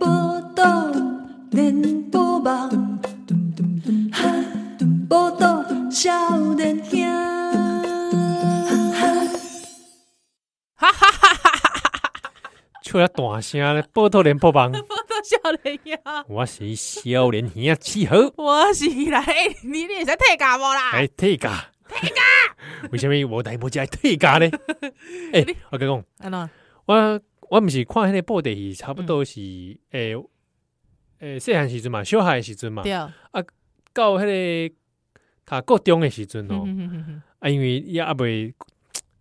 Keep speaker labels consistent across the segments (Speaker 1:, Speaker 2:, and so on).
Speaker 1: 报道连波网，报道少年兄。
Speaker 2: 笑了啊大声咧，报道连播 网，
Speaker 3: 我都少年呀，
Speaker 2: 我是少年兄啊志豪，
Speaker 3: 我是来， 欸你你会使退假无啦？
Speaker 2: 来哎退假，退 假，为什么我台无只爱退假 呢？诶、我跟你讲，
Speaker 3: 安怎？
Speaker 2: 我我毋是看迄个报地是差不多是
Speaker 3: 嗯
Speaker 2: 诶诶，细、汉时阵嘛，小孩的时阵嘛，
Speaker 3: 对，嗯
Speaker 2: 到迄、个读高中的时阵哦，
Speaker 3: 嗯嗯嗯嗯
Speaker 2: 啊，因为也阿未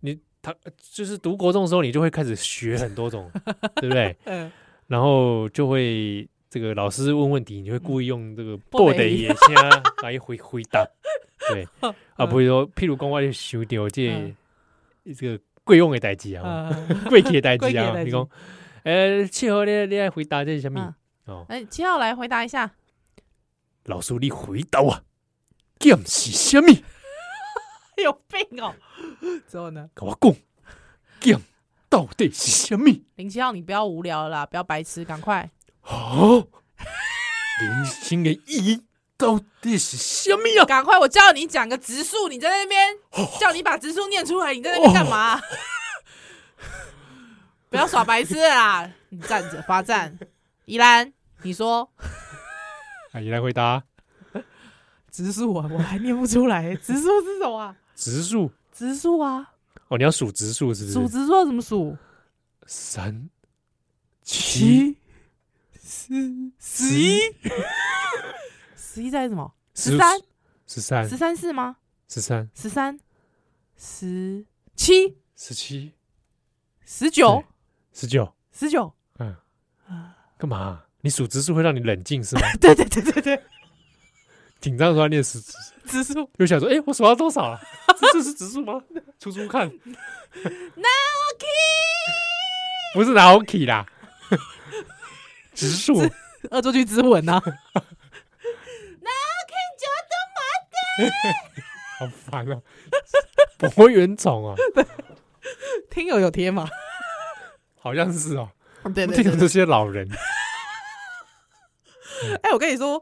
Speaker 2: 你 他就是读国中的时候，你就会开始学很多 种，对不对？
Speaker 3: 嗯，
Speaker 2: 然后就会这个老师问问题，你会故意用这个
Speaker 3: 嗯报
Speaker 2: 报
Speaker 3: 的
Speaker 2: 的
Speaker 3: 语
Speaker 2: 眼瞎来回回答， 对啊，
Speaker 3: 嗯
Speaker 2: 不是说，譬如讲我就想到这
Speaker 3: 嗯
Speaker 2: 这个贵用的代志啊，
Speaker 3: 嗯
Speaker 2: 贵气的代 志
Speaker 3: 过去的
Speaker 2: 啊，
Speaker 3: 代
Speaker 2: 你
Speaker 3: 志
Speaker 2: 讲，呃，契合你你爱回答这是什么
Speaker 3: 嗯？
Speaker 2: 哦，
Speaker 3: 哎，七号来回答一下，
Speaker 2: 老师你回答我，剑是什么？
Speaker 3: 有病哦！之后呢，
Speaker 2: 跟我讲，剑到底是什么？
Speaker 3: 林七号，你不要无聊了啦，不要白痴，赶快！
Speaker 2: 哦， 人生的意义到底是什么呀、
Speaker 3: 赶快！我叫你讲个植树，你在那边叫你把植树念出来，你在那边干嘛？ 不要耍白痴了啦！你站着罚站。依兰，你说
Speaker 2: 啊？你来回答，
Speaker 3: 植树啊，我还念不出来，植树是什么啊？
Speaker 2: 植树
Speaker 3: 植树啊，
Speaker 2: 哦，你要数植树是不是？
Speaker 3: 数植树要怎么数？
Speaker 2: 三七
Speaker 3: 四十一，十一在什么？十三，
Speaker 2: 十三
Speaker 3: 十三是吗？
Speaker 2: 十三
Speaker 3: 十三，十七，
Speaker 2: 十七
Speaker 3: 十九，
Speaker 2: 十九，
Speaker 3: 十九。
Speaker 2: 嗯，干嘛啊、你数植树会让你冷静是 吗？
Speaker 3: 对对对对对，
Speaker 2: 紧张的时候要念十，
Speaker 3: 植树。
Speaker 2: 又想说，哎、我数到多少啊？ 这这是植树吗？出出看，不是拿 OK 啦， 植树
Speaker 3: 恶作剧之吻呐、啊。
Speaker 2: 好烦 啊，博原种啊，
Speaker 3: 听友有贴吗？
Speaker 2: 好像是哦，
Speaker 3: 对对
Speaker 2: 这
Speaker 3: 对
Speaker 2: 个
Speaker 3: 对，
Speaker 2: 这些老人，
Speaker 3: 哎、我跟你说，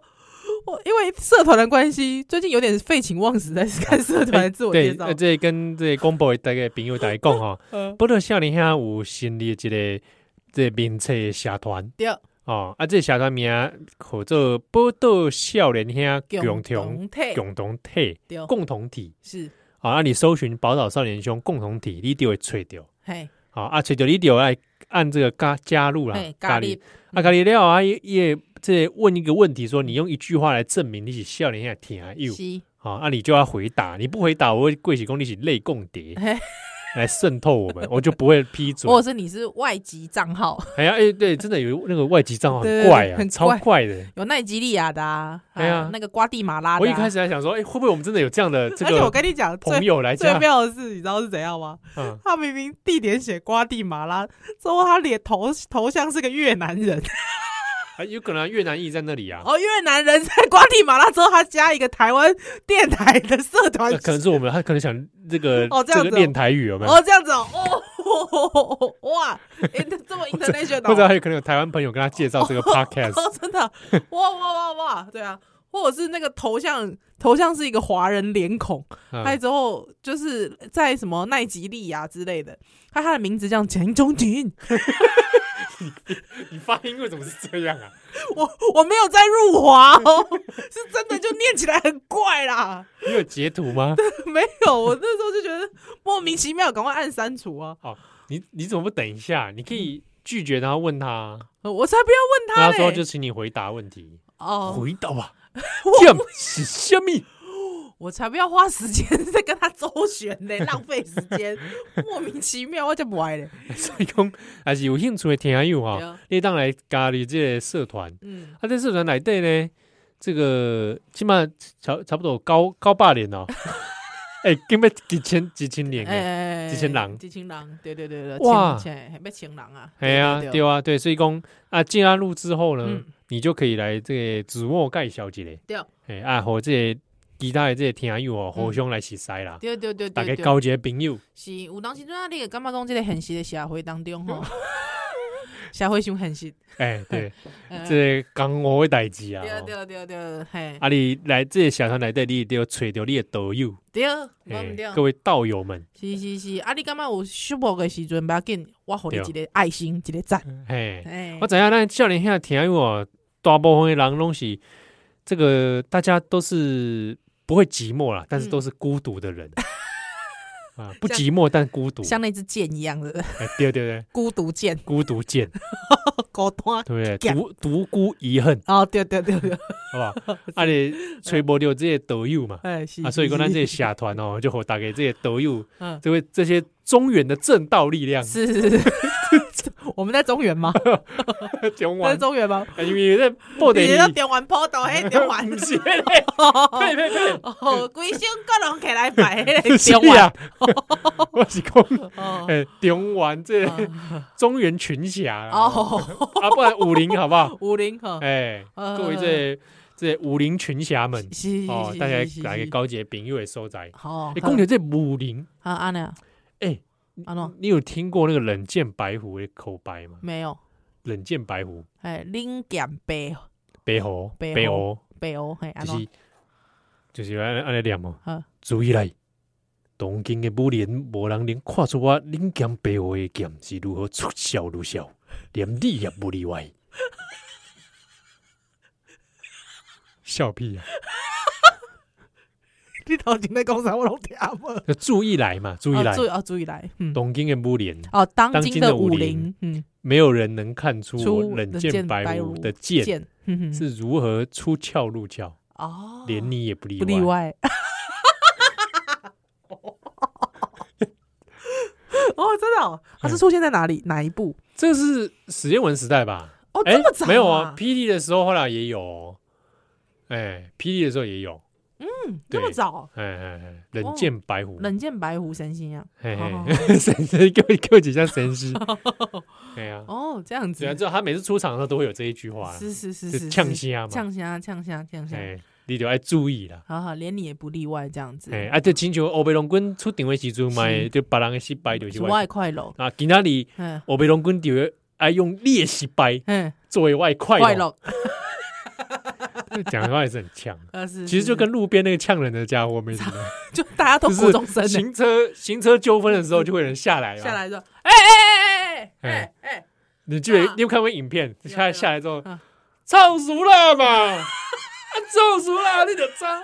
Speaker 3: 我因为社团的关系，最近有点废寝忘食，在看社 团的自我介
Speaker 2: 对，
Speaker 3: 绍
Speaker 2: 呃，。这跟这公布大概朋友大家讲 哈。
Speaker 3: 呃，
Speaker 2: 不过少年兄有成立一个这个名册的社团
Speaker 3: 对，
Speaker 2: 哦，啊，这个社团名叫做“报道少年兄共同
Speaker 3: 体
Speaker 2: 共同体
Speaker 3: 对”
Speaker 2: 共同体
Speaker 3: 是，
Speaker 2: 啊，啊，你搜寻“宝岛少年兄共同体”，你就会找到
Speaker 3: 嘿，
Speaker 2: 啊，啊，找到你就要按这个加加入啦
Speaker 3: 嘿，加入
Speaker 2: 啊，咖喱料啊，也也这问一个问题，说你用一句话来证明你是少年兄听友
Speaker 3: 是，
Speaker 2: 啊，那你就要回答，你不回答，我会跪起公你是类共谍
Speaker 3: 嘿
Speaker 2: 来渗透我们，我就不会批准。
Speaker 3: 或者是你是外籍账号，
Speaker 2: 哎呀，哎，对，真的有那个外籍账号
Speaker 3: 对
Speaker 2: 很
Speaker 3: 对
Speaker 2: 怪
Speaker 3: 对
Speaker 2: 啊，
Speaker 3: 很
Speaker 2: 超
Speaker 3: 怪
Speaker 2: 怪的。
Speaker 3: 有奈及利亚的啊，
Speaker 2: 哎呀
Speaker 3: 啊那个瓜地马拉的、啊。
Speaker 2: 我一开，始还想说，哎，会不会我们真的有这样的这
Speaker 3: 而且我
Speaker 2: 个
Speaker 3: 跟你讲，
Speaker 2: 朋
Speaker 3: 最
Speaker 2: 友来
Speaker 3: 最
Speaker 2: 加？
Speaker 3: 妙的是，你知道是怎样吗？
Speaker 2: 嗯，
Speaker 3: 他明明地点写瓜地马拉，之后他脸头头像是个越南 人。
Speaker 2: 啊有可能啊越南裔在那里啊，
Speaker 3: 哦，越南人在瓜地马拉之后，他加一个台湾电台的社团
Speaker 2: 那，可能是我们他可能想这个
Speaker 3: 哦
Speaker 2: 这
Speaker 3: 这样
Speaker 2: 个
Speaker 3: 子哦
Speaker 2: 练台语有没有？
Speaker 3: 哦，这样子哦，哦，哇，欸、这么 international，
Speaker 2: 或者还有可能有台湾朋友跟他介绍这个 podcast，
Speaker 3: 哦，真的，哇哇哇哇，对啊，或者是那个头像，头像是一个华人脸孔，还有
Speaker 2: 嗯
Speaker 3: 之后就是在什么奈及利亚之类的，他他的名字叫钱钟情，
Speaker 2: 你发音为什么是这样啊？
Speaker 3: 我我没有在入华哦， 是真的就念起来很怪啦，
Speaker 2: 你有截图吗？
Speaker 3: 没有，我那时候就觉得莫名其妙，赶快按删除啊。
Speaker 2: 你你怎么不等一下？你可以拒绝他，问他啊，
Speaker 3: 呃我才不要问
Speaker 2: 他
Speaker 3: 他嘞！
Speaker 2: 说就请你回答问题，
Speaker 3: 哦，
Speaker 2: 回答啊，这
Speaker 3: 我
Speaker 2: 样是虾米？
Speaker 3: 我才不要花时间在跟他周旋 嘞，浪费时间，莫名其妙我就不爱嘞。
Speaker 2: 所以讲，还是有兴趣的听友
Speaker 3: 对
Speaker 2: 啊
Speaker 3: 啊，
Speaker 2: 你当来加入这个社团，
Speaker 3: 嗯，
Speaker 2: 啊，这社团内底呢，这个起码差差不多有高高八年 哦，哎、根本几千几千年哎，
Speaker 3: 哎，
Speaker 2: 一千人
Speaker 3: 几千人，对对对对，
Speaker 2: 哇
Speaker 3: 千千被千人啊，
Speaker 2: 哎呀，
Speaker 3: 对
Speaker 2: 对啊，对，所以讲啊，进安路之后呢，
Speaker 3: 嗯，
Speaker 2: 你就可以来这个紫沃盖小姐嘞，
Speaker 3: 对
Speaker 2: 哎啊，和这个其他的这些听友哦，
Speaker 3: 嗯
Speaker 2: 互相来熟悉啦，
Speaker 3: 对对嗯对
Speaker 2: 大
Speaker 3: 对
Speaker 2: 概
Speaker 3: 对，
Speaker 2: 交一个朋友，
Speaker 3: 是有当时阵啊，你会感觉讲即个现实的社会当中
Speaker 2: 嗯
Speaker 3: 吼， 社会上现实，
Speaker 2: 哎，对，
Speaker 3: 呃
Speaker 2: 这个江湖的代志啊
Speaker 3: 对
Speaker 2: 哦，
Speaker 3: 对对对，嘿，
Speaker 2: 啊，你来这个社团内底，你就要找到你的道友，
Speaker 3: 对，无
Speaker 2: 哎
Speaker 3: 毋对，
Speaker 2: 各位道友们，
Speaker 3: 是是是，啊，你感觉有失望的时阵，不要紧，我互你一个爱心，一个赞，
Speaker 2: 嘿，
Speaker 3: 哎
Speaker 2: 我，知影咱少年兄听友哦，大部分的人拢是这个，大家都是不会寂寞啦，但是都是孤独的人。 啊，不寂寞但孤独，
Speaker 3: 嗯像那支箭一样的
Speaker 2: 哎，对对对，
Speaker 3: 孤独箭，
Speaker 2: 孤独见，
Speaker 3: 孤单。
Speaker 2: 对不 对？
Speaker 3: 干
Speaker 2: 独独孤一恨，
Speaker 3: 哦，对对对对，
Speaker 2: 好不 好？啊，你吹波掉这些抖友嘛，
Speaker 3: 哎，是
Speaker 2: 啊，所以讲咱这些
Speaker 3: 是
Speaker 2: 社团哦， 就打给这些抖友，
Speaker 3: 嗯
Speaker 2: 这位这些中原的正道力量，
Speaker 3: 是是是，我们在中 原吗？
Speaker 2: 中
Speaker 3: 在
Speaker 2: 原，
Speaker 3: 中原吗？
Speaker 2: 啊因为在报地
Speaker 3: 你
Speaker 2: 理，
Speaker 3: 要点完坡道，嘿，点完
Speaker 2: 不是嘞，呸呸呸，
Speaker 3: 哦，规身各人起来摆，嘿
Speaker 2: 是
Speaker 3: 中原
Speaker 2: 啊，我是讲。
Speaker 3: 哦
Speaker 2: 哎，中原这
Speaker 3: 哦
Speaker 2: 中原群侠啦
Speaker 3: 哦，？
Speaker 2: 啊，不然武林好不好
Speaker 3: 五零哈，
Speaker 2: 哎，
Speaker 3: 呃
Speaker 2: 各位这这武林群侠们
Speaker 3: 是是
Speaker 2: 哦
Speaker 3: 是，
Speaker 2: 大家
Speaker 3: 是是
Speaker 2: 来个
Speaker 3: 是哦
Speaker 2: 高级朋友的所在。
Speaker 3: 好，
Speaker 2: 哎，讲
Speaker 3: 好
Speaker 2: 到这武林，
Speaker 3: 啊安尼啊，
Speaker 2: 哎，
Speaker 3: 安怎
Speaker 2: 你有听过那个冷箭白虎的口白吗？
Speaker 3: 没有？
Speaker 2: 冷箭白虎，
Speaker 3: 哎，零减白
Speaker 2: 白虎，
Speaker 3: 白虎
Speaker 2: 白虎，
Speaker 3: 白哦，嘿，安
Speaker 2: 就
Speaker 3: 怎？
Speaker 2: 是就是安安尼念哦
Speaker 3: 好。
Speaker 2: 注意来，东京的武林无人能看出我冷剑白虎的剑是如何出鞘入鞘， 连你也不例外。 笑屁啊！
Speaker 3: 你头前在讲啥？我拢听无。
Speaker 2: 就注意来嘛，注意来
Speaker 3: 哦，注意哦，注意来，嗯，
Speaker 2: 东京的武林，
Speaker 3: 哦，当
Speaker 2: 当
Speaker 3: 今
Speaker 2: 今
Speaker 3: 的
Speaker 2: 的武
Speaker 3: 武
Speaker 2: 林
Speaker 3: 林，嗯，
Speaker 2: 没有人能看出
Speaker 3: 出
Speaker 2: 我冷
Speaker 3: 冷
Speaker 2: 剑
Speaker 3: 剑
Speaker 2: 白
Speaker 3: 白
Speaker 2: 虎
Speaker 3: 虎
Speaker 2: 的剑
Speaker 3: 剑，哼哼
Speaker 2: 是如何出鞘入鞘，
Speaker 3: 哦，
Speaker 2: 连你也不例
Speaker 3: 不例
Speaker 2: 外。
Speaker 3: 外。 哦，真的、哦，它
Speaker 2: 嗯
Speaker 3: 是出现在哪里？哪一部？
Speaker 2: 这是史艳文时代吧？
Speaker 3: 哦，
Speaker 2: 哎
Speaker 3: 这么早、
Speaker 2: 没有啊，霹雳的时候后来也有、哦，哎、霹雳的时候也有，
Speaker 3: 嗯，
Speaker 2: 对
Speaker 3: 这么早，
Speaker 2: 哎哎哎，冷箭白虎，
Speaker 3: 哦冷箭白狐神仙啊！
Speaker 2: 嘿
Speaker 3: 好好
Speaker 2: 嘿，神 神给我给我几下神 师，哎呀，
Speaker 3: 哦，这样
Speaker 2: 只要
Speaker 3: 子，
Speaker 2: 知道他每次出场的时候都会有这一句话啦，
Speaker 3: 是是是，
Speaker 2: 就是呛
Speaker 3: 是
Speaker 2: 虾嘛，
Speaker 3: 呛虾，呛虾，呛虾，
Speaker 2: 哎，你就要注意啦，
Speaker 3: 好好，连你也不例外，这样子。
Speaker 2: 哎，啊，就亲像欧贝龙君出场的时阵嘛，
Speaker 3: 是
Speaker 2: 就别人的失败就是
Speaker 3: 是
Speaker 2: 我
Speaker 3: 外
Speaker 2: 的
Speaker 3: 快乐，
Speaker 2: 啊，今仔日
Speaker 3: 嗯
Speaker 2: 欧贝龙君就要爱用你的失败
Speaker 3: 嗯，
Speaker 2: 作为我的快
Speaker 3: 快
Speaker 2: 乐，
Speaker 3: 乐，
Speaker 2: 讲的话也是很呛，
Speaker 3: 呃 是，
Speaker 2: 其实
Speaker 3: 是
Speaker 2: 就跟路边那个呛人的家伙没什么。
Speaker 3: 就大家都
Speaker 2: 就是
Speaker 3: 国中生呢，
Speaker 2: 行车行车纠纷的时候就会有人下来嘛
Speaker 3: 下，来说，哎哎哎哎哎哎哎，
Speaker 2: 你记得
Speaker 3: 啊
Speaker 2: 你有看过影片？
Speaker 3: 有
Speaker 2: 下
Speaker 3: 有
Speaker 2: 下来之后
Speaker 3: 啊，
Speaker 2: 操熟辣 嘛，啊操熟辣，你就脏，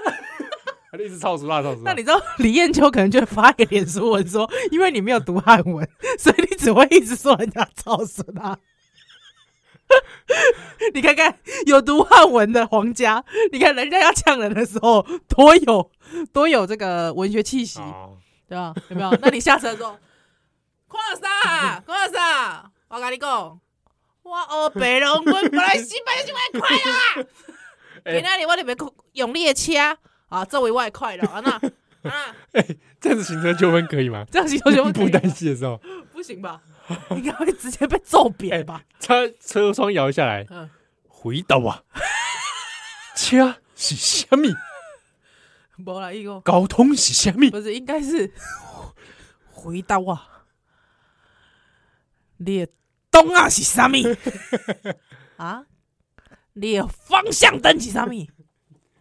Speaker 2: 他就一直操熟辣，操熟
Speaker 3: 那
Speaker 2: 辣
Speaker 3: 你。知道李艳秋可能就会发一个脸书文说，因为你没有读汉文，所以你只会一直说人家操死他。 你看看有读汉文的皇家，你看人家要呛人的时候多有多有这个文学气息，
Speaker 2: 哦
Speaker 3: 对吧？有没有？那你下车之后， 看啥？看啥？我跟你讲，我学白龙滚，本来西北就会快乐。
Speaker 2: 哎
Speaker 3: 今天我就要用你的车啊，作为我的快乐啊那啊。
Speaker 2: 这样子行车纠纷可以吗
Speaker 3: ？这样行球球
Speaker 2: 不单戏的时候，
Speaker 3: 不行 吧？应该会直接被揍扁吧？
Speaker 2: 车车窗摇下来，
Speaker 3: 嗯，
Speaker 2: 回答我， 车是虾米？
Speaker 3: 没啦，一个
Speaker 2: 交通是虾米？
Speaker 3: 不是，应该是回答我，你的东啊是啥咪？啊，你的方向灯是啥咪？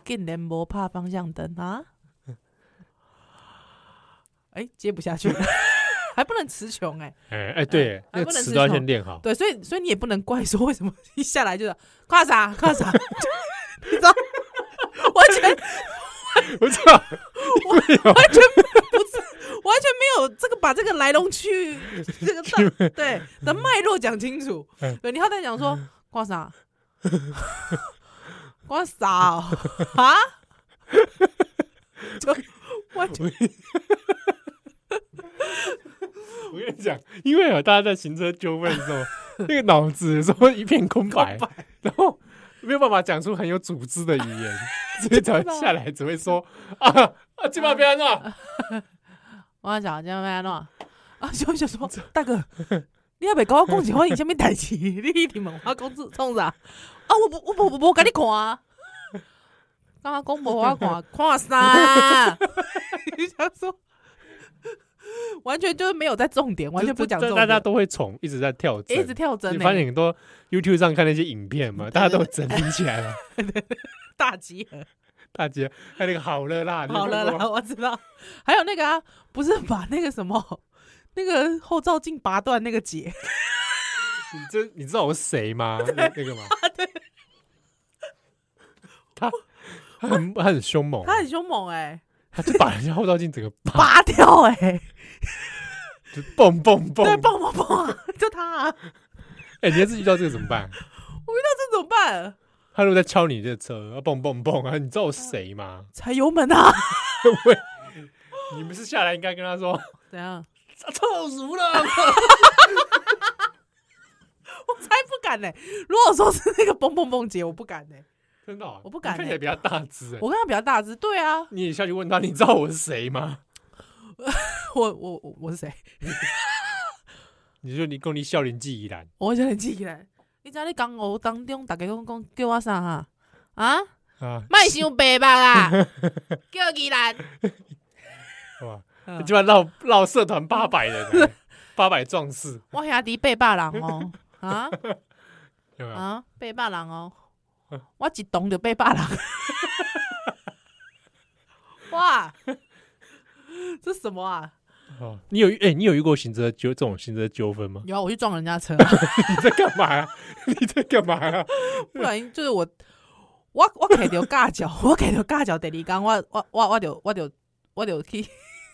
Speaker 3: 竟然没怕方向灯啊！哎、接不下去了，还不能词穷哎。
Speaker 2: 哎哎，对，那
Speaker 3: 还啊不
Speaker 2: 个
Speaker 3: 能
Speaker 2: 词
Speaker 3: 吃
Speaker 2: 都要
Speaker 3: 草
Speaker 2: 先练 好。
Speaker 3: 对，所以所以你也不能怪说为什么一下来就是 夸啥夸啥， 你知道？ 完全
Speaker 2: 我操！ 哦
Speaker 3: 完全不是，完全没有这个把这个来龙去这个大对的脉络讲清楚
Speaker 2: 嗯。
Speaker 3: 对，你好歹讲说挂 啥，挂啥哦啊？就 完全
Speaker 2: 我跟你讲，因为啊有大家在行车纠纷的时候，那个脑子有时候一片空白，然后没有办法讲出很有组织的语言，所以才会下来只会说啊啊，这把别安了，
Speaker 3: 我跟你讲这样安怎样啊？就就说大 哥，你也袂跟我讲一番你什么代志？你一直问我讲做创啥？啊，我不我不我不我跟你看啊！刚刚公婆我 看看啥？你想说，完全就是没有在重点，完全不讲
Speaker 2: 这
Speaker 3: 重点，
Speaker 2: 大家都会宠，一直在跳针，
Speaker 3: 一直跳针
Speaker 2: 你
Speaker 3: 呢、
Speaker 2: 发现很多 YouTube 上看那些影片嘛，大家都整理起来了。
Speaker 3: 大集合。
Speaker 2: 大姐，还有那个好了啦，你有
Speaker 3: 好了
Speaker 2: 看过
Speaker 3: 啦，
Speaker 2: 吗，
Speaker 3: 我知道。还有那个啊，不是把那个什么那个后照镜拔断那个结，
Speaker 2: 你这你知道我是谁吗？那那 个吗？他他很他很凶猛，
Speaker 3: 他很凶猛哎、
Speaker 2: 他就把人家后照镜整 个啪，
Speaker 3: 拔掉哎、
Speaker 2: 欸就蹦蹦蹦
Speaker 3: 对，，蹦蹦蹦 啊，就他、啊，
Speaker 2: 哎，你要是遇到这个怎么办？
Speaker 3: 这怎么办？
Speaker 2: 他如果在敲你的车，啊蹦蹦蹦啊，你知道我是谁吗？
Speaker 3: 踩油门啊？
Speaker 2: 喂，你们是下来应该跟他 说，
Speaker 3: 怎样？
Speaker 2: 臭死了，
Speaker 3: 我才不敢呢、如果说是那个蹦蹦蹦姐，我不敢呢、
Speaker 2: 真的哦，
Speaker 3: 我不敢欸
Speaker 2: 你看起来比较大只哎。
Speaker 3: 我跟他比较大只，对啊，
Speaker 2: 你也下去问他，你知道我是谁吗？
Speaker 3: 我我我我是谁？
Speaker 2: 你说你讲你笑脸记依然，
Speaker 3: 我叫你记起来。你知道你江湖当中，大家讲讲叫我啥哈？啊，
Speaker 2: 啊，
Speaker 3: 卖想白目 啊！叫伊兰，
Speaker 2: 哇，
Speaker 3: 嗯
Speaker 2: 基本上绕绕社团八百人欸，八百壮士，
Speaker 3: 我兄弟白目人哦，啊
Speaker 2: 有没有？
Speaker 3: 啊，白目人哦，
Speaker 2: 啊
Speaker 3: 我一动就白目 人。哇，这什么啊？？
Speaker 2: 哦，你有哎，你有遇过行车纠这种行车纠纷吗
Speaker 3: 有啊，我去撞人家车，
Speaker 2: 你在干嘛呀？ 你在干嘛呀？
Speaker 3: 不然就是我，我我骑着架脚， 我骑着架脚第二天，我我我我就我就我就去，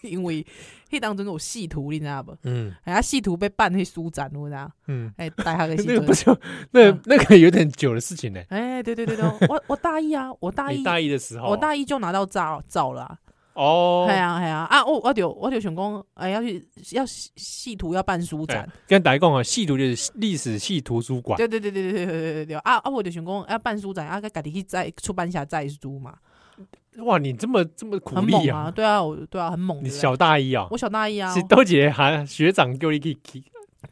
Speaker 3: 因为迄当中有戏图，你知道不？
Speaker 2: 嗯
Speaker 3: 哎呀，戏图被办去书展，有啥？
Speaker 2: 嗯，
Speaker 3: 哎，大学的时
Speaker 2: 那个
Speaker 3: 阵
Speaker 2: 不，是那
Speaker 3: 嗯
Speaker 2: 个那个有点久的事情呢。
Speaker 3: 哎，对对对对，我我大一啊，我大一
Speaker 2: 你大一的哦时候，
Speaker 3: 我大一就拿到照照了、啊，
Speaker 2: 哦
Speaker 3: 系、，啊系啊啊！我我就我就想讲，哎、要去要试试图要办书展
Speaker 2: 哎，跟大家讲啊，系图就是历史系图书馆，
Speaker 3: 对对对对对对对对对对啊啊！我就想讲要办书展，啊，该家己去载出版社载书嘛，
Speaker 2: 哇，你这么这么苦
Speaker 3: 很猛
Speaker 2: 力
Speaker 3: 啊！
Speaker 2: 啊！
Speaker 3: 对啊，我对啊，很猛。
Speaker 2: 你
Speaker 3: 对不对
Speaker 2: 小大一啊，
Speaker 3: 我小大一啊
Speaker 2: 是，豆姐喊学长叫你去去，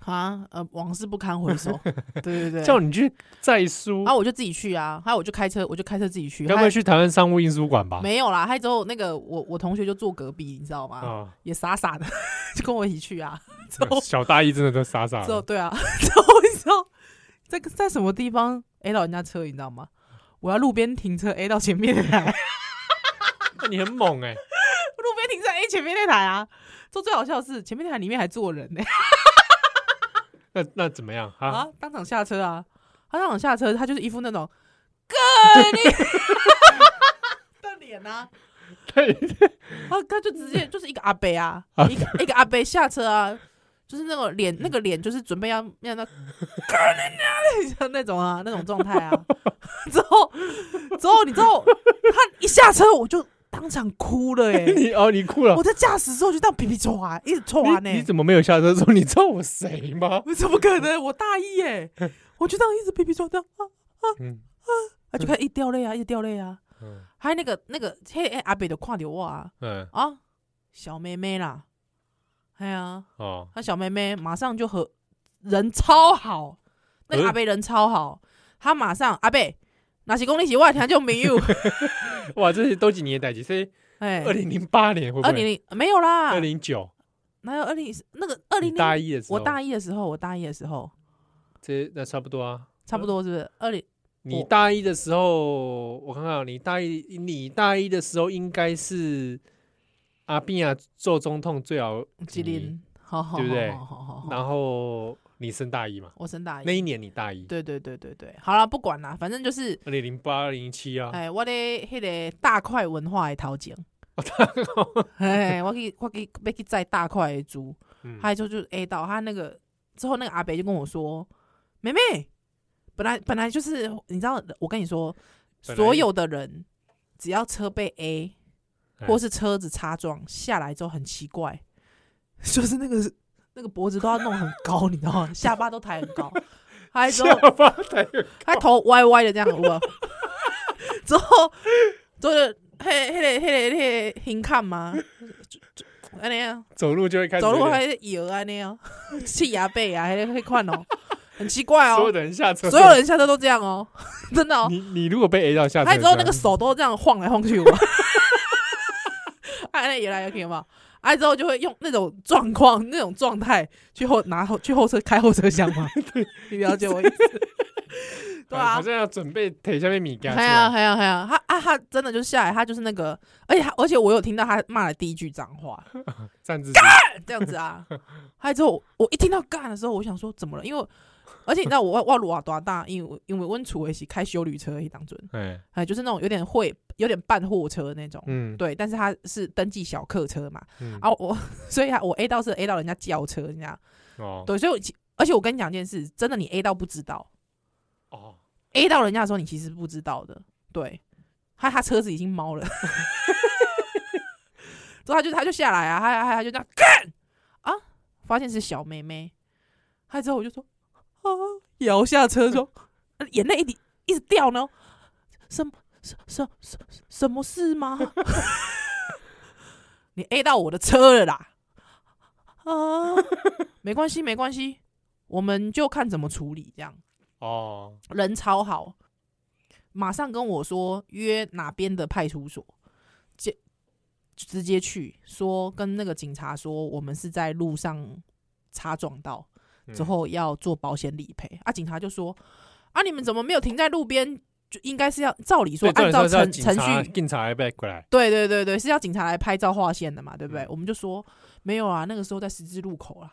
Speaker 3: 啊呃，往事不堪回首。 对对对，
Speaker 2: 叫你去载书，
Speaker 3: 啊，我就自己去啊，还有我就开车，我就开车自己去。
Speaker 2: 该不会
Speaker 3: 还
Speaker 2: 去台湾商务印书馆吧？
Speaker 3: 没有啦，还之后那个我我同学就坐隔壁，你知道吗？
Speaker 2: 啊，
Speaker 3: 也傻傻的就跟我一起去啊，之后
Speaker 2: 小大一真的都傻傻
Speaker 3: 之
Speaker 2: 的。
Speaker 3: 后对啊， 之后你知道在在什么地方 A 到人家车，你知道吗？我要路边停车 A 到前面那台，
Speaker 2: 那你很猛哎，
Speaker 3: 路边停车 A 前面那台啊！这最好笑的是前面那台里面还坐人呢、
Speaker 2: 那那怎么样啊？
Speaker 3: 啊，当场下车啊！他当场下车，他就是一副那种哥你的脸啊，
Speaker 2: 对，
Speaker 3: 他他就直
Speaker 2: 嗯
Speaker 3: 接就是一个阿伯啊
Speaker 2: 啊，
Speaker 3: 一个一个阿伯下车啊，就是那个脸那个脸就是准备要要那哥你娘的那种啊那种状态啊， 之后之后你知道他一下车我就当场哭了哎、
Speaker 2: 你哦，你哭了
Speaker 3: 我。在欸驾驶之后就这样皮皮抓，一直抓呢、
Speaker 2: 你你怎么没有下车说你知道我谁吗？
Speaker 3: 我怎么可能？我大一哎、我就这样一直皮皮抓这样啊
Speaker 2: 嗯
Speaker 3: 啊，就开始一直掉泪啊，一直掉泪啊。
Speaker 2: 嗯
Speaker 3: 还有那个那个嘿嘿阿伯就看着我啊
Speaker 2: 嗯
Speaker 3: 啊，小妹妹啦，哎呀、
Speaker 2: 哦，
Speaker 3: 他小妹妹马上就和人超好，那个
Speaker 2: 呃
Speaker 3: 阿贝人超好，他马上阿贝，哪是公你是我的听就没 有，
Speaker 2: 哇，这些都几年代几？所以
Speaker 3: 哎，
Speaker 2: 二零零八年会不
Speaker 3: 二
Speaker 2: 会？
Speaker 3: 零零没有啦
Speaker 2: 二，零九，
Speaker 3: 哪有二零那个二
Speaker 2: 你
Speaker 3: 零
Speaker 2: 大
Speaker 3: 零？
Speaker 2: 一的时候，
Speaker 3: 我大一的时候，我大一的时候
Speaker 2: 这那差不多啊，
Speaker 3: 差不多是不是？二零
Speaker 2: 你
Speaker 3: 我
Speaker 2: 大一的时候，我看看啊，你大一，你大一的时候应该是阿扁啊做总统最好
Speaker 3: 几
Speaker 2: 年，
Speaker 3: 零？好好，
Speaker 2: 对不对
Speaker 3: 好好好好好，
Speaker 2: 然后你升大一嘛，
Speaker 3: 我升大
Speaker 2: 那
Speaker 3: 一，
Speaker 2: 一年你大一，
Speaker 3: 对对对对对，好了，不管啦，反正就是。
Speaker 2: 二零零八、二零零七啊，
Speaker 3: 哎，我咧迄个大块文化的头前，
Speaker 2: 哦
Speaker 3: 哎，我去我去要去载大块的猪，
Speaker 2: 嗯
Speaker 3: 他就就 A 到他那个之后，那个阿北就跟我说：“妹妹，本来本来就是你知道，我跟你说，
Speaker 2: 本来
Speaker 3: 所有的人只要车被 A
Speaker 2: 哎
Speaker 3: 或是车子擦撞下来之后，很奇怪，就是那个那个脖子都要弄很高，你知道吗？下巴都抬很高，还之后
Speaker 2: 下巴抬得
Speaker 3: 他头歪歪的这样，有无？之后就是迄迄个迄个迄个hình 看嘛，就就安尼啊。”
Speaker 2: 走路就会开始
Speaker 3: 走路
Speaker 2: 有点
Speaker 3: 还摇安尼哦，气牙背啊，迄个迄款哦， 很奇怪
Speaker 2: 所有
Speaker 3: 哦。
Speaker 2: 的人下车，
Speaker 3: 所有人下车都这样哦， 真的哦。
Speaker 2: 你你如果被 A 到下车，
Speaker 3: 他之后那个手都这样晃来晃去 嘛，哎，那也来也可以嘛。哎，之后就会用那种状况、那种状态去后拿后去后车开后车厢 嘛。你了解我意思？
Speaker 2: 哎好
Speaker 3: 对啊，
Speaker 2: 像要准备腿下面米干，
Speaker 3: 还有还有还有，他啊他真的就下来，他就是那个，而且他而且我有听到他骂的第一句脏话，
Speaker 2: 站姿势，
Speaker 3: 这样子啊。还之后我一听到干的时候，我想说怎么了？因为而且你知道 我我我多啊大，因为因为阮厝的是开修旅车迄当阵，
Speaker 2: 哎，
Speaker 3: 哎，就是那种有点会有点半货车的那种。
Speaker 2: 嗯，
Speaker 3: 对，但是他是登记小客车嘛，
Speaker 2: 嗯
Speaker 3: 啊我， 所以啊我 A 到是 A 到人家轿车，人家
Speaker 2: 哦
Speaker 3: 对，所以我其而且我跟你讲件事，真的你 A 到不知道
Speaker 2: 哦，
Speaker 3: ，A 到人家的时候你其实不知道的，对，他他车子已经猫了， 之后他就他就下来啊，他他他就这样干啊，发现是小妹妹，他之后我就说啊，摇下车说呃眼泪一滴一直掉呢，什么什什什什么事吗？ 你 A 到我的车了啦！啊，没关系，没关系，我们就看怎么处理。这样
Speaker 2: 哦，
Speaker 3: 人超好，马上跟我说约哪边的派出所，接直接去说跟那个警察说，我们是在路上擦撞到，
Speaker 2: 嗯
Speaker 3: 之后要做保险理赔。啊，警察就说啊，你们怎么没有停在路边？就应该是要照理
Speaker 2: 所
Speaker 3: 说
Speaker 2: 以重
Speaker 3: 按
Speaker 2: 点
Speaker 3: 照
Speaker 2: 是要
Speaker 3: 程
Speaker 2: 警
Speaker 3: 程
Speaker 2: 察，
Speaker 3: 序
Speaker 2: 警察要被过来，
Speaker 3: 对对对对，是要警察来拍照划线的嘛，对不对？
Speaker 2: 嗯
Speaker 3: 我们就说没有啊，那个时候在十字路口啦。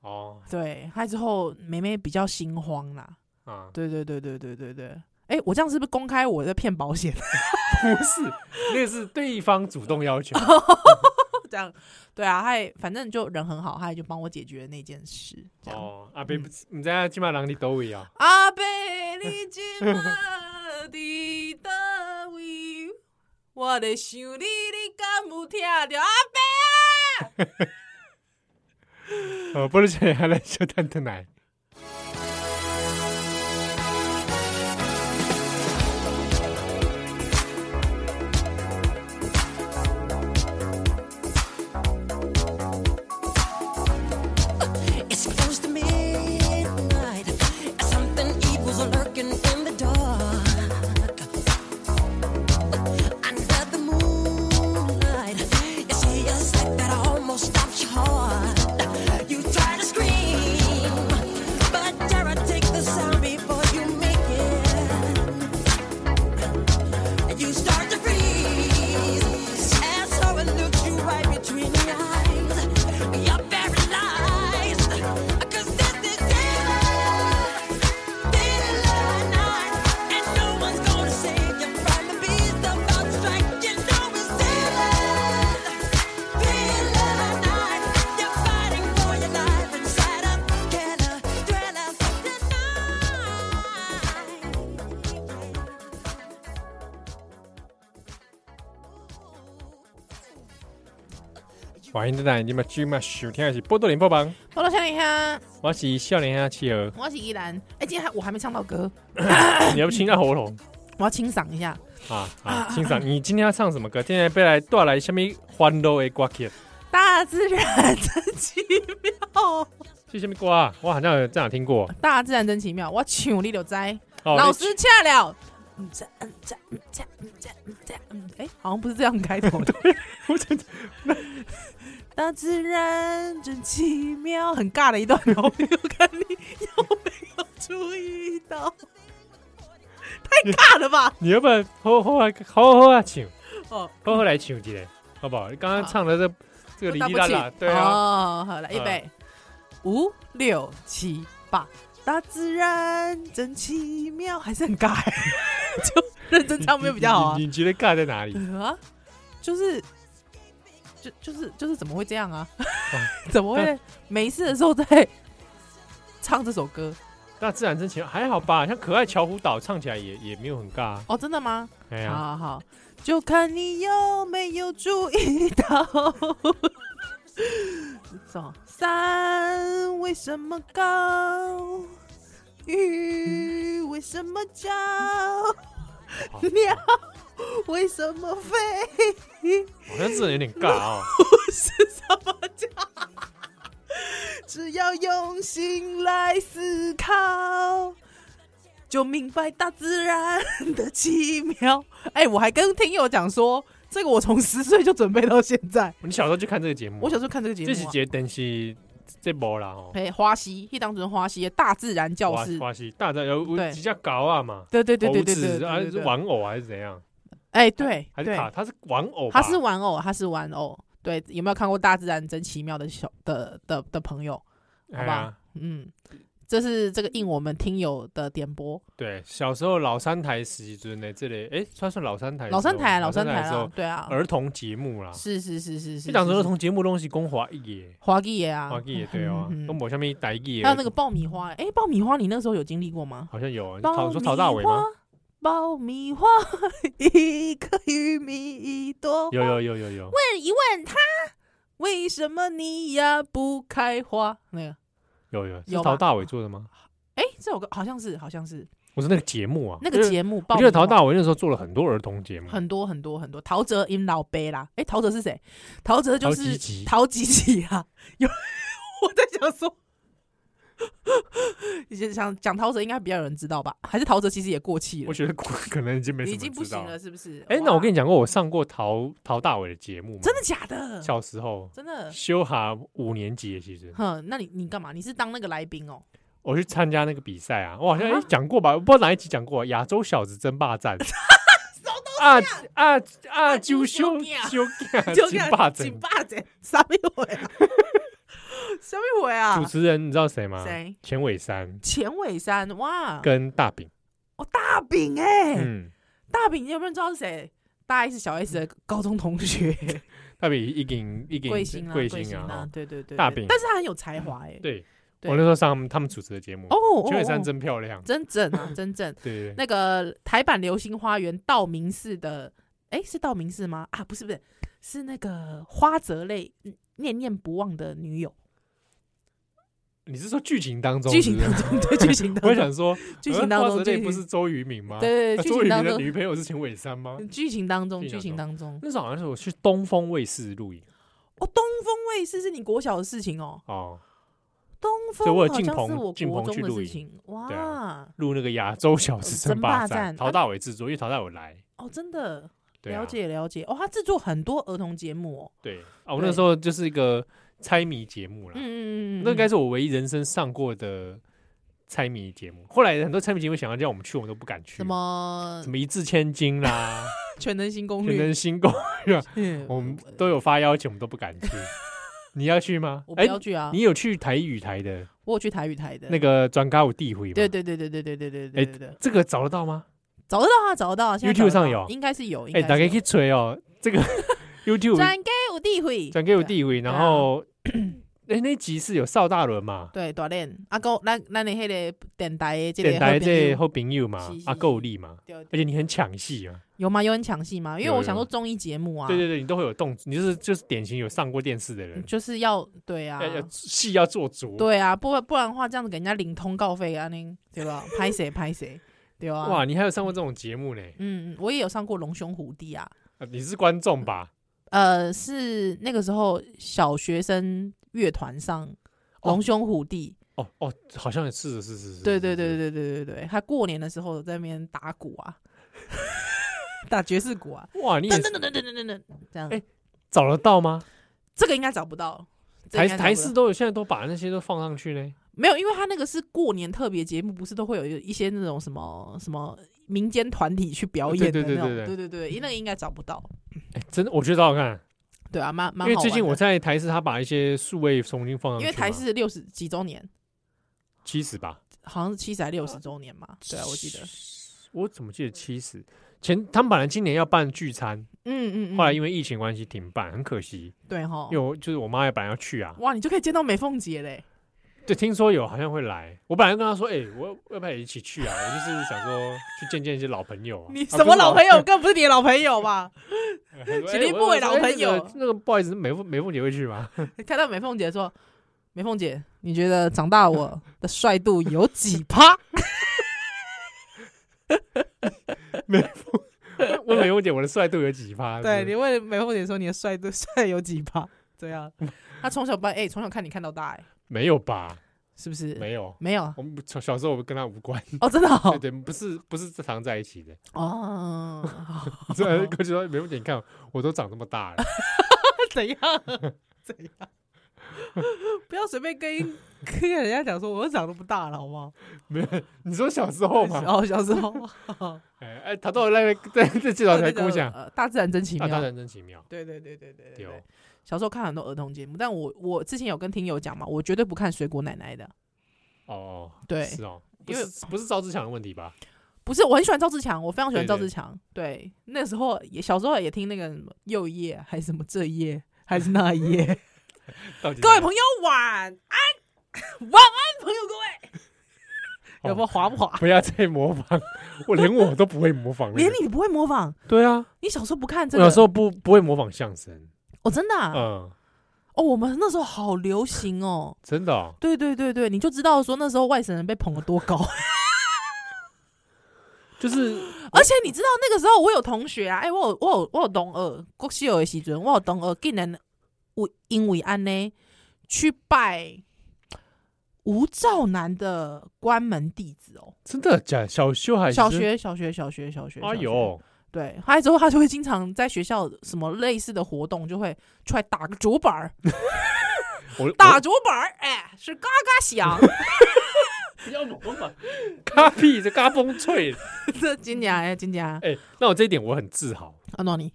Speaker 2: 哦，
Speaker 3: 对，他之后梅梅比较心慌啦。
Speaker 2: 啊，
Speaker 3: 对对对对对对对。哎、我这样是不是公开我在骗保 险？
Speaker 2: 不是，那是对方主动要求，
Speaker 3: 这样对啊，他也反正就人很好，他也就帮我解决了那件事。这样、
Speaker 2: 哦，阿伯，你知道今晚人伫倒位啊？
Speaker 3: 阿贝， 你今嘛伫倒位？我咧想你，你敢有听着阿贝啊？
Speaker 2: 哦，不如现在来小蛋蛋来，
Speaker 1: It's close to midnight. Something evil's lurking in the dark. Under the moonlight, you see a sight that almost stops your heart. You try to scream, but terror takes the sound before you make it. You start to freeze as horror looks you right between the eyes. You're paralyzed 'cause this is terror.
Speaker 2: 欢迎蛋蛋，你们今晚收听的是波多连播榜，
Speaker 3: 我都想你看，
Speaker 2: 我是笑脸下企鹅，
Speaker 3: 我是依兰。哎、今天还我还没唱到歌，
Speaker 2: 你要不清下喉咙
Speaker 3: 我要清嗓一下。
Speaker 2: 啊啊！清爽，你今天要唱什么歌？今天被来带来什么欢乐的歌曲？
Speaker 3: 大自然真奇妙，
Speaker 2: 是什么歌啊？我好像有这样听过。
Speaker 3: 大自然真奇妙，我唱你就知。
Speaker 2: 哦，
Speaker 3: 老
Speaker 2: 你
Speaker 3: 师恰了，嗯恰嗯恰嗯恰嗯恰嗯恰嗯，哎、好像不是这样开 头的。
Speaker 2: 我真的
Speaker 3: 大自然真奇妙，很尬的一段，哦我没有看你有没有注意到，太尬了吧？
Speaker 2: 你要不要好好来好好来唱，
Speaker 3: 哦，
Speaker 2: 好好来唱一下，好不好？你刚刚唱的这这个
Speaker 3: 不
Speaker 2: 哩
Speaker 3: 打
Speaker 2: 哩
Speaker 3: 不
Speaker 2: 啦
Speaker 3: 起
Speaker 2: 啦，对啊，嗯
Speaker 3: 哦，好来，预备，五六七八，大自然真奇妙，还是很尬欸， 就认真唱没有比较好啊
Speaker 2: 你。你你觉得尬在哪里？
Speaker 3: 呃啊，就是，就就是就是怎么会这 样啊？
Speaker 2: 哦
Speaker 3: 怎么会没事的时候在唱这首歌？
Speaker 2: 那自然真情还好吧？像可爱乔湖岛唱起来也也没有很尬啊。
Speaker 3: 哦，真的吗？
Speaker 2: 哎
Speaker 3: 好
Speaker 2: 呀，
Speaker 3: 好好，就看你有没有注意到。什么？山为什么高？鱼为什么叫？
Speaker 2: 好
Speaker 3: 鸟为什么飞？
Speaker 2: 好像自然有点尬哦。
Speaker 3: 是什么叫？ 只要用心来思考，就明白大自然的奇妙。哎、我还跟听友讲说，这个我从十岁就准备到现在。
Speaker 2: 你小时候就看这个节目啊，
Speaker 3: 我小时候看这个节目、
Speaker 2: 这
Speaker 3: 啊，
Speaker 2: 是节等是这波啦哦，
Speaker 3: 哎、花西，一当中花西的大自然教
Speaker 2: 花
Speaker 3: 室，
Speaker 2: 花西大战有
Speaker 3: 对
Speaker 2: 比较高啊嘛，
Speaker 3: 对对对对对
Speaker 2: 猴子
Speaker 3: 对
Speaker 2: 啊
Speaker 3: 对
Speaker 2: 是
Speaker 3: 对，
Speaker 2: 玩偶还是怎样？
Speaker 3: 哎、对，
Speaker 2: 还是
Speaker 3: 对
Speaker 2: 卡？他是玩偶吧，
Speaker 3: 他是玩偶，他是玩偶。对，有没有看过《大自然真奇妙》的小的的的朋友？
Speaker 2: 哎
Speaker 3: 好
Speaker 2: 呀
Speaker 3: 吧？嗯，这是这个应我们听友的点播，
Speaker 2: 对，小时候老三台时阵呢，这里哎，算算老三台的时候，
Speaker 3: 老三台啊，
Speaker 2: 老
Speaker 3: 老三台
Speaker 2: 的时候
Speaker 3: 了，，对啊，
Speaker 2: 儿童节目啦，
Speaker 3: 是是是是是，
Speaker 2: 这讲
Speaker 3: 是
Speaker 2: 儿
Speaker 3: 是
Speaker 2: 童节目东西光华一耶，
Speaker 3: 华记也啊，
Speaker 2: 华一耶对哦
Speaker 3: 嗯，
Speaker 2: 都
Speaker 3: 嗯嗯
Speaker 2: 某下面台语的，
Speaker 3: 还有那个爆米花，哎，爆米花你那时候有经历过吗？
Speaker 2: 好像有啊，你
Speaker 3: 爆
Speaker 2: 讨
Speaker 3: 米
Speaker 2: 说
Speaker 3: 花，
Speaker 2: 讨大伟吗？
Speaker 3: 爆米花，一颗玉米一朵花
Speaker 2: 有有有有有，
Speaker 3: 问一问他，为什么你呀不开花？那个，
Speaker 2: 有有是
Speaker 3: 有
Speaker 2: 陶
Speaker 3: 吧
Speaker 2: 大伟做的吗？
Speaker 3: 哎，这首歌好像是，好像是
Speaker 2: 我是那个节目啊，
Speaker 3: 那
Speaker 2: 因
Speaker 3: 个
Speaker 2: 为
Speaker 3: 节目，
Speaker 2: 我
Speaker 3: 爆
Speaker 2: 记得
Speaker 3: 米花
Speaker 2: 陶大伟那时候做了很多儿童节目，
Speaker 3: 很多很多很多，陶喆因老杯啦，哎，陶喆是谁？陶喆就
Speaker 2: 陶吉
Speaker 3: 是
Speaker 2: 吉
Speaker 3: 陶吉吉啊，有我在想说。以前想讲陶喆，应该比较有人知道吧？还是陶喆其实也过气了
Speaker 2: 我，觉得可能已经没什
Speaker 3: 已
Speaker 2: 么
Speaker 3: 经不
Speaker 2: 知道
Speaker 3: 行了，。是不是？
Speaker 2: 哎，那我跟
Speaker 3: 你
Speaker 2: 你讲过，我上过陶陶大伟的节目吗？
Speaker 3: 真的假的？
Speaker 2: 小时候
Speaker 3: 真的，
Speaker 2: 修哈五年级的其实，
Speaker 3: 哼，那你你干嘛？你是当那个来宾 哦？
Speaker 2: 我去参加那个比赛啊，我好像
Speaker 3: 啊
Speaker 2: 诶讲过吧，我不知道哪一集讲过啊亚洲小子争霸 战。啊啊啊！就修
Speaker 3: 就
Speaker 2: 修干
Speaker 3: 就
Speaker 2: 金
Speaker 3: 看
Speaker 2: 霸
Speaker 3: 金
Speaker 2: 争。
Speaker 3: 霸子，啥咪回啊？ 啥咪回啊
Speaker 2: 主？持人你知道谁吗？
Speaker 3: 谁？
Speaker 2: 钱伟山
Speaker 3: 钱伟山哇，
Speaker 2: 跟大饼。
Speaker 3: 哦大饼哎、
Speaker 2: 嗯，
Speaker 3: 大饼，你有没有知道是谁？大 S 小 S 的高中同学，
Speaker 2: 大饼一顶一顶
Speaker 3: 贵姓啊，
Speaker 2: 嗯贵
Speaker 3: 贵
Speaker 2: 姓
Speaker 3: 姓
Speaker 2: 啊！
Speaker 3: 啊
Speaker 2: 哦，
Speaker 3: 对对对，
Speaker 2: 大
Speaker 3: 对
Speaker 2: 饼
Speaker 3: 但是他很有才华哎、
Speaker 2: 对，
Speaker 3: 对
Speaker 2: 我那时候上他们他们主持的节目
Speaker 3: 哦，，哦
Speaker 2: 钱伟山
Speaker 3: 哦
Speaker 2: 真漂亮。
Speaker 3: 真正 啊，真正
Speaker 2: 对对对，
Speaker 3: 那个台版《流星花园》道明寺的，哎，是道明寺吗？啊，不是不是，是那个花泽类嗯念念不忘的女友。
Speaker 2: 你是说剧情当中？
Speaker 3: 剧情
Speaker 2: 是不
Speaker 3: 当
Speaker 2: 是
Speaker 3: 中， 对剧情当
Speaker 2: 啊我
Speaker 3: 中，
Speaker 2: 也想说，
Speaker 3: 剧
Speaker 2: 呃
Speaker 3: 情当
Speaker 2: 花
Speaker 3: 中，
Speaker 2: 泽类
Speaker 3: 剧
Speaker 2: 不
Speaker 3: 情
Speaker 2: 是啊周渝民吗？
Speaker 3: 对对
Speaker 2: 那
Speaker 3: 剧
Speaker 2: 周渝
Speaker 3: 情
Speaker 2: 民
Speaker 3: 当
Speaker 2: 的
Speaker 3: 中，嗯
Speaker 2: 女朋友是钱伟山吗？
Speaker 3: 剧情当中，
Speaker 2: 剧情
Speaker 3: 剧情当中。
Speaker 2: 那时候好像是我去东风卫视录影
Speaker 3: 哦，东风卫视是你国小的事情哦，
Speaker 2: 哦，
Speaker 3: 东
Speaker 2: 所以我
Speaker 3: 风
Speaker 2: 有
Speaker 3: 好
Speaker 2: 进
Speaker 3: 像是
Speaker 2: 棚
Speaker 3: 我
Speaker 2: 进
Speaker 3: 国
Speaker 2: 棚去
Speaker 3: 中的
Speaker 2: 露
Speaker 3: 事
Speaker 2: 营
Speaker 3: 情。
Speaker 2: 对啊
Speaker 3: 哇，
Speaker 2: 录那个亚洲小子争霸
Speaker 3: 争霸战
Speaker 2: 陶大伟制作，因为陶大伟来。
Speaker 3: 哦，真的
Speaker 2: 对啊
Speaker 3: 了解了解。哦，他制作很多儿童节目哦。
Speaker 2: 对啊，我
Speaker 3: 对
Speaker 2: 那时候就是一个猜谜节目啦，
Speaker 3: 嗯嗯嗯嗯，
Speaker 2: 那应该
Speaker 3: 是
Speaker 2: 是我唯一人生上过的猜谜节目。后来很多猜谜节目想要叫我们去，我们都不敢去，
Speaker 3: 什么
Speaker 2: 什么一字千金 啦，
Speaker 3: 全能新攻
Speaker 2: 全
Speaker 3: 略
Speaker 2: 能。新 宫，
Speaker 3: 嗯
Speaker 2: 我们都有发邀请，我们都不 敢去。你要去吗
Speaker 3: 我？不
Speaker 2: 哎，
Speaker 3: 要去啊，
Speaker 2: 你有去台语台的
Speaker 3: 我有去台语台的
Speaker 2: 那。个转告我地回吗？
Speaker 3: 对对对对对对对对对对对，
Speaker 2: 这个找得到吗？
Speaker 3: 找得到啊，找得到啊。现在
Speaker 2: YouTube
Speaker 3: 找
Speaker 2: 上
Speaker 3: 得到
Speaker 2: 有
Speaker 3: 应该是有。应
Speaker 2: 哎、
Speaker 3: 该
Speaker 2: 大
Speaker 3: 是
Speaker 2: 家
Speaker 3: 有
Speaker 2: 可以吹哦，这个 YouTube
Speaker 3: 转给我弟会，
Speaker 2: 转给我
Speaker 3: 对啊
Speaker 2: 地位，然 后哎、那集是有邵大伦嘛，
Speaker 3: 对，大练啊，够咱咱的迄个电台的这个
Speaker 2: 电台
Speaker 3: 好朋友
Speaker 2: 这后朋友嘛
Speaker 3: 是是，
Speaker 2: 阿够力嘛，
Speaker 3: 对
Speaker 2: 而且你很抢戏啊，
Speaker 3: 有吗？有很抢戏吗？因为
Speaker 2: 有
Speaker 3: 我想
Speaker 2: 有
Speaker 3: 说综艺节目啊，
Speaker 2: 对对对，你都会有动，你就是就是典型有上过电视的人，
Speaker 3: 就是要嗯对啊
Speaker 2: 要，要戏要做足，
Speaker 3: 对啊，不然不然的话，这样子给人家领通告费啊，那对吧？拍谁拍谁，对吧？
Speaker 2: 哇，你还有上过这种节目呢、
Speaker 3: 嗯，我也有上过《龙兄虎弟》啊，
Speaker 2: 啊你是观众吧？
Speaker 3: 呃，是那个时候小学生乐团上《
Speaker 2: 哦
Speaker 3: 龙兄虎弟》
Speaker 2: 哦哦，好像也是是是是是，
Speaker 3: 对对对
Speaker 2: 对，
Speaker 3: 对对对对，他过年的时候在那边打鼓啊，打爵士鼓啊，
Speaker 2: 哇，你也
Speaker 3: 噔噔噔噔噔噔噔，这样。
Speaker 2: 哎找得到吗？
Speaker 3: 这个应该找不到，这
Speaker 2: 台
Speaker 3: 个应该找不
Speaker 2: 台
Speaker 3: 到
Speaker 2: 式都有，现在都把那些都放上去呢。
Speaker 3: 没有，因为他那个是过年特别节目，不是都会有一些那种什么什么民间团体去表演的
Speaker 2: 对对
Speaker 3: 那种，
Speaker 2: 对对对
Speaker 3: 对对对，那个应该找不到，
Speaker 2: 哎、真的，我觉得好好看。
Speaker 3: 对啊，蛮蛮
Speaker 2: 因为
Speaker 3: 好
Speaker 2: 最近我
Speaker 3: 玩的
Speaker 2: 在台视，他把一些数位重新放上去
Speaker 3: 因
Speaker 2: 嘛，
Speaker 3: 为台视六十几周年，
Speaker 2: 七十吧，
Speaker 3: 好像是七十还六十周年嘛，对啊，我记得，
Speaker 2: 我怎么记得七十？前他们本来今年要办聚餐，
Speaker 3: 嗯嗯嗯，哦
Speaker 2: 后来因为疫情关系停办，很可惜。
Speaker 3: 对哈
Speaker 2: 因为，我就是我妈也本来要去啊，
Speaker 3: 哇，你就可以见到美凤姐嘞，
Speaker 2: 对，听说有好像会来，我本来跟她说，哎、我我要不要一起去啊？我就是想说去见见一些老朋友、啊。
Speaker 3: 你什么老朋友，更不是你的老朋友吧？
Speaker 2: 友
Speaker 3: 请立不为老朋友
Speaker 2: 哎那个不好意思，美凤美凤姐会去吗？
Speaker 3: 看到美凤姐说，美凤姐，你觉得长大我的帅度有几趴？
Speaker 2: 问美凤姐我的帅度有几趴？
Speaker 3: 对你
Speaker 2: 是
Speaker 3: 问美凤姐说你的帅度帅有几趴？对啊，他从小把哎从小看你看到大哎、
Speaker 2: 没有吧？
Speaker 3: 是不是？
Speaker 2: 没有，
Speaker 3: 没有
Speaker 2: 我们小小时候我们跟他无关，
Speaker 3: 哦，真的
Speaker 2: 对
Speaker 3: 哦
Speaker 2: 对，不是不是常在一起的。
Speaker 3: 哦，好
Speaker 2: 这过去说没问题，你看我都长这么大了，
Speaker 3: 怎样怎样？ 不要随便跟跟人家讲说，我长那么大了，好不好？
Speaker 2: 没有？你说小时候 嘛？
Speaker 3: 哦，小时候，
Speaker 2: 哎哎，他到那个在在介绍啊才跟我 讲，
Speaker 3: 呃，大自然真奇
Speaker 2: 啊，
Speaker 3: 妙。
Speaker 2: 当然真奇妙，
Speaker 3: 对对对对对对
Speaker 2: 对哦
Speaker 3: 对。小时候看很多儿童节目，但我我之前有跟听友讲嘛，我绝对不看水果奶奶的。
Speaker 2: 哦，
Speaker 3: 对
Speaker 2: 是哦，不
Speaker 3: 因为
Speaker 2: 是不是赵志强的问题吧？
Speaker 3: 不是，我很喜欢赵志强，我非常喜欢
Speaker 2: 对
Speaker 3: 赵
Speaker 2: 对
Speaker 3: 志强。对，那时候也小时候也听那个什么又夜还是什么这夜还是 那夜。
Speaker 2: 到底
Speaker 3: 各位朋友晚安， 晚安，朋友各位。
Speaker 2: 哦
Speaker 3: 有没有滑不滑？
Speaker 2: 不要再模仿，我连我都不会模仿那个，
Speaker 3: 连你不会模仿，
Speaker 2: 对啊，
Speaker 3: 你小时候不看
Speaker 2: 我
Speaker 3: 这个？
Speaker 2: 有时候不不会模仿相声，
Speaker 3: 哦，真的啊、
Speaker 2: 嗯，
Speaker 3: 哦，我们那时候好流行哦。
Speaker 2: 真的哦，
Speaker 3: 对对对对，你就知道说那时候外省人被捧得多高。
Speaker 2: 就是
Speaker 3: 而且你知道那个时候我有同学啊，哎、我有我有我有同学，国小的时阵，我有同学竟然有因为安呢去拜吴兆南的关门弟子哦，
Speaker 2: 真的假的？小修还是
Speaker 3: 小？学小学小学小学，
Speaker 2: 哎
Speaker 3: 小学，
Speaker 2: 呦，
Speaker 3: 对，还有之后他就会经常在学校什么类似的活动，就会出来打个竹板儿，
Speaker 2: 哦 我
Speaker 3: 打竹板儿，哎，是嘎嘎响，
Speaker 2: 不要模仿，嘎屁这嘎嘣脆。
Speaker 3: 这真假哎，真假，
Speaker 2: 哎，那我这一点我很自豪，
Speaker 3: 阿啊诺尼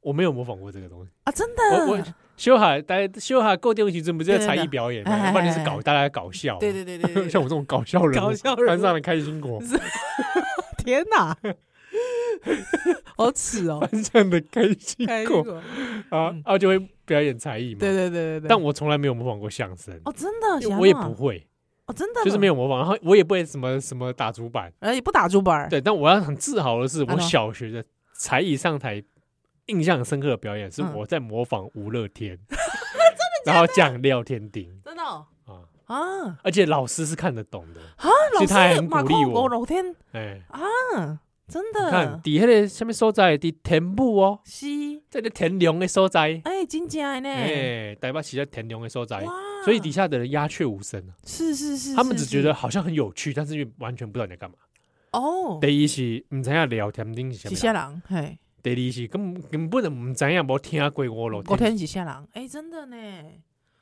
Speaker 2: 我没有模仿过这个东西。
Speaker 3: 啊，真
Speaker 2: 我我
Speaker 3: 的，
Speaker 2: 修海，大家修海固定时阵不是在
Speaker 3: 对
Speaker 2: 才
Speaker 3: 对
Speaker 2: 艺
Speaker 3: 对
Speaker 2: 表演
Speaker 3: 哎
Speaker 2: 嘛，
Speaker 3: 哎
Speaker 2: 不然就是
Speaker 3: 哎
Speaker 2: 搞大家搞笑。啊
Speaker 3: 对对对对对
Speaker 2: 像我这种搞 笑人物，
Speaker 3: 搞笑人物
Speaker 2: 班上的开心果，
Speaker 3: 天哪， 好耻哦！
Speaker 2: 班上的开心
Speaker 3: 开
Speaker 2: 果
Speaker 3: 过，
Speaker 2: 啊
Speaker 3: 嗯
Speaker 2: 啊，就会表演才艺嘛。
Speaker 3: 对对对对对。
Speaker 2: 但我从来没有模仿过相声，
Speaker 3: 哦，真的，
Speaker 2: 因为
Speaker 3: 喜欢
Speaker 2: 我也
Speaker 3: 吗
Speaker 2: 不，会，
Speaker 3: 哦，真的，
Speaker 2: 就是没
Speaker 3: 有，
Speaker 2: 有模仿，然后我也不会什么什么打主板。
Speaker 3: 而且不打竹板儿，
Speaker 2: 对，但我要很自豪的是，
Speaker 3: 啊
Speaker 2: 我
Speaker 3: 喏
Speaker 2: 小学的才艺上台印象深刻的表演是
Speaker 3: 嗯
Speaker 2: 我在模仿吴乐 天，然后讲廖天丁
Speaker 3: 真的哦
Speaker 2: 啊，
Speaker 3: 啊。
Speaker 2: 而且老师是看得懂的，
Speaker 3: 老
Speaker 2: 所以
Speaker 3: 师
Speaker 2: 他还很
Speaker 3: 马
Speaker 2: 鼓
Speaker 3: 克
Speaker 2: 励我
Speaker 3: 我老天，
Speaker 2: 哎，
Speaker 3: 嗯，真
Speaker 2: 你看
Speaker 3: 的，
Speaker 2: 底下的下面所在的田埔哦，
Speaker 3: 是，
Speaker 2: 在那田龙的所在，
Speaker 3: 哎，真假的呢，
Speaker 2: 哎，台北市在田龙的所在，
Speaker 3: 哇，
Speaker 2: 所以底下的人鸦雀无声啊，
Speaker 3: 是是是，
Speaker 2: 他们只
Speaker 3: 是
Speaker 2: 觉得好像很有趣，但是又完全不知道你在干嘛。
Speaker 3: 哦，
Speaker 2: 第一是唔知影聊天丁是
Speaker 3: 是啊
Speaker 2: 啥
Speaker 3: 下
Speaker 2: 物，
Speaker 3: 人，嘿，
Speaker 2: 第二是根根本就唔知影，无听过我老
Speaker 3: 我
Speaker 2: 天。
Speaker 3: 天是下人，哎，真的呢，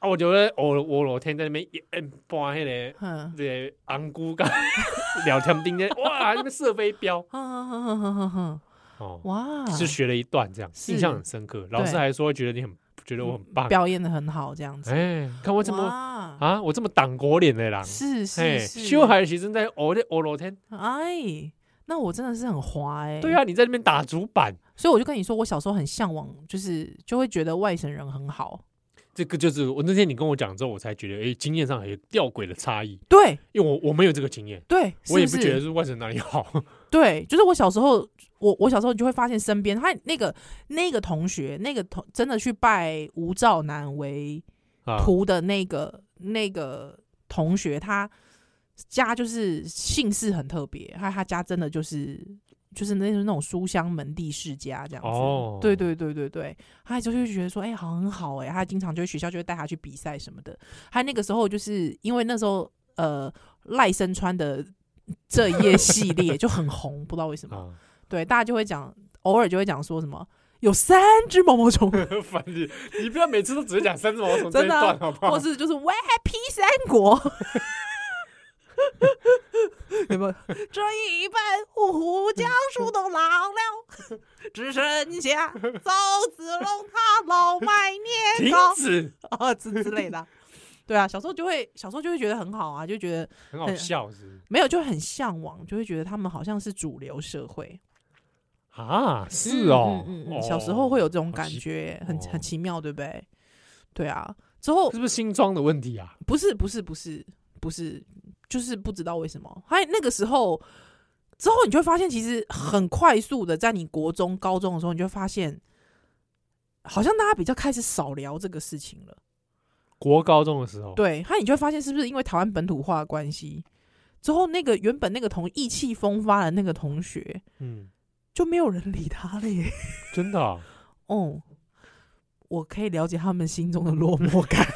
Speaker 2: 啊，我就咧我我老天在那边一按搬迄个
Speaker 3: 嗯，
Speaker 2: 这个红菇甲 聊天 钉咧，哇，那个射飞镖
Speaker 3: 哼哼哼哼哼哼，
Speaker 2: 哦，
Speaker 3: 哇，
Speaker 2: 是学了一段这样，
Speaker 3: 是
Speaker 2: 印象很深刻。老师
Speaker 3: 对
Speaker 2: 还说觉得你很觉得我很棒，
Speaker 3: 表演的很好，这样子，
Speaker 2: 哎，看我怎么
Speaker 3: 么？
Speaker 2: 啊，我这么党国脸的人，
Speaker 3: 是是
Speaker 2: 哎，
Speaker 3: 是，
Speaker 2: 修海学生在我咧我老天，
Speaker 3: 哎，那我真的是很花哎、
Speaker 2: 对，啊，你在那边打主板，
Speaker 3: 所以我就跟你说，我小时候很向往，就是就会觉得外省人很好。
Speaker 2: 这个就是我那天你跟我讲之后，我才觉得哎，经验上有吊诡的差异，
Speaker 3: 对
Speaker 2: 因为我我没有这个经验。
Speaker 3: 对，
Speaker 2: 我也
Speaker 3: 是
Speaker 2: 不
Speaker 3: 不
Speaker 2: 觉得
Speaker 3: 是
Speaker 2: 是外省哪里好，
Speaker 3: 对，就是我小时候，我我小时候你就会发现身边他那个那个同学，那个同真的去拜吴兆南为
Speaker 2: 啊，
Speaker 3: 徒的那个、那个同学，他家就是姓氏很特别，他他家真的就是。就是那那种书香门第世家这样子，
Speaker 2: 哦
Speaker 3: 对对对对对，他就会觉得说，哎、好很好哎、他经常就会学校就会带他去比赛什么的。他那个时候就是因为那时候呃赖声川的这一页系列就很红，不知道为什么，
Speaker 2: 啊，
Speaker 3: 对大家就会讲，偶尔就会讲说什么有三只毛毛虫，
Speaker 2: 反正你不要每次都只会讲三只毛虫这一
Speaker 3: 真 的啊
Speaker 2: 段，好不好
Speaker 3: 或？是就是喂 P 三国。 有没有？ 这一半五湖江树都老了， 只剩下赵子龙他老卖
Speaker 2: 停
Speaker 3: 年糕
Speaker 2: 止，
Speaker 3: 啊之之类的啊。对啊，小时候就会小时候就会觉得很好啊，就觉得
Speaker 2: 很好笑是不是
Speaker 3: 没有就很向往，就会觉得他们好像是主流社会。嗯
Speaker 2: 啊，是哦，
Speaker 3: 嗯嗯嗯嗯小时候会有这种感
Speaker 2: 好奇，
Speaker 3: 觉，很
Speaker 2: 哦
Speaker 3: 很奇妙，对不对？对啊，之后
Speaker 2: 是不是新装的问题啊？
Speaker 3: 不是不是不是不是，就是不知道为什么。还那个时候之后，你就会发现，其实很快速的，在你国中、高中的时候，你就会发现，好像大家比较开始少聊这个事情了。
Speaker 2: 国高中的时候，
Speaker 3: 对，还有你就会发现，是不是因为台湾本土化的关系，之后那个原本那个同意气风发的那个同学，
Speaker 2: 嗯，
Speaker 3: 就没有人理他了耶。
Speaker 2: 真的啊，
Speaker 3: 哦，我可以了解他们心中的落寞感。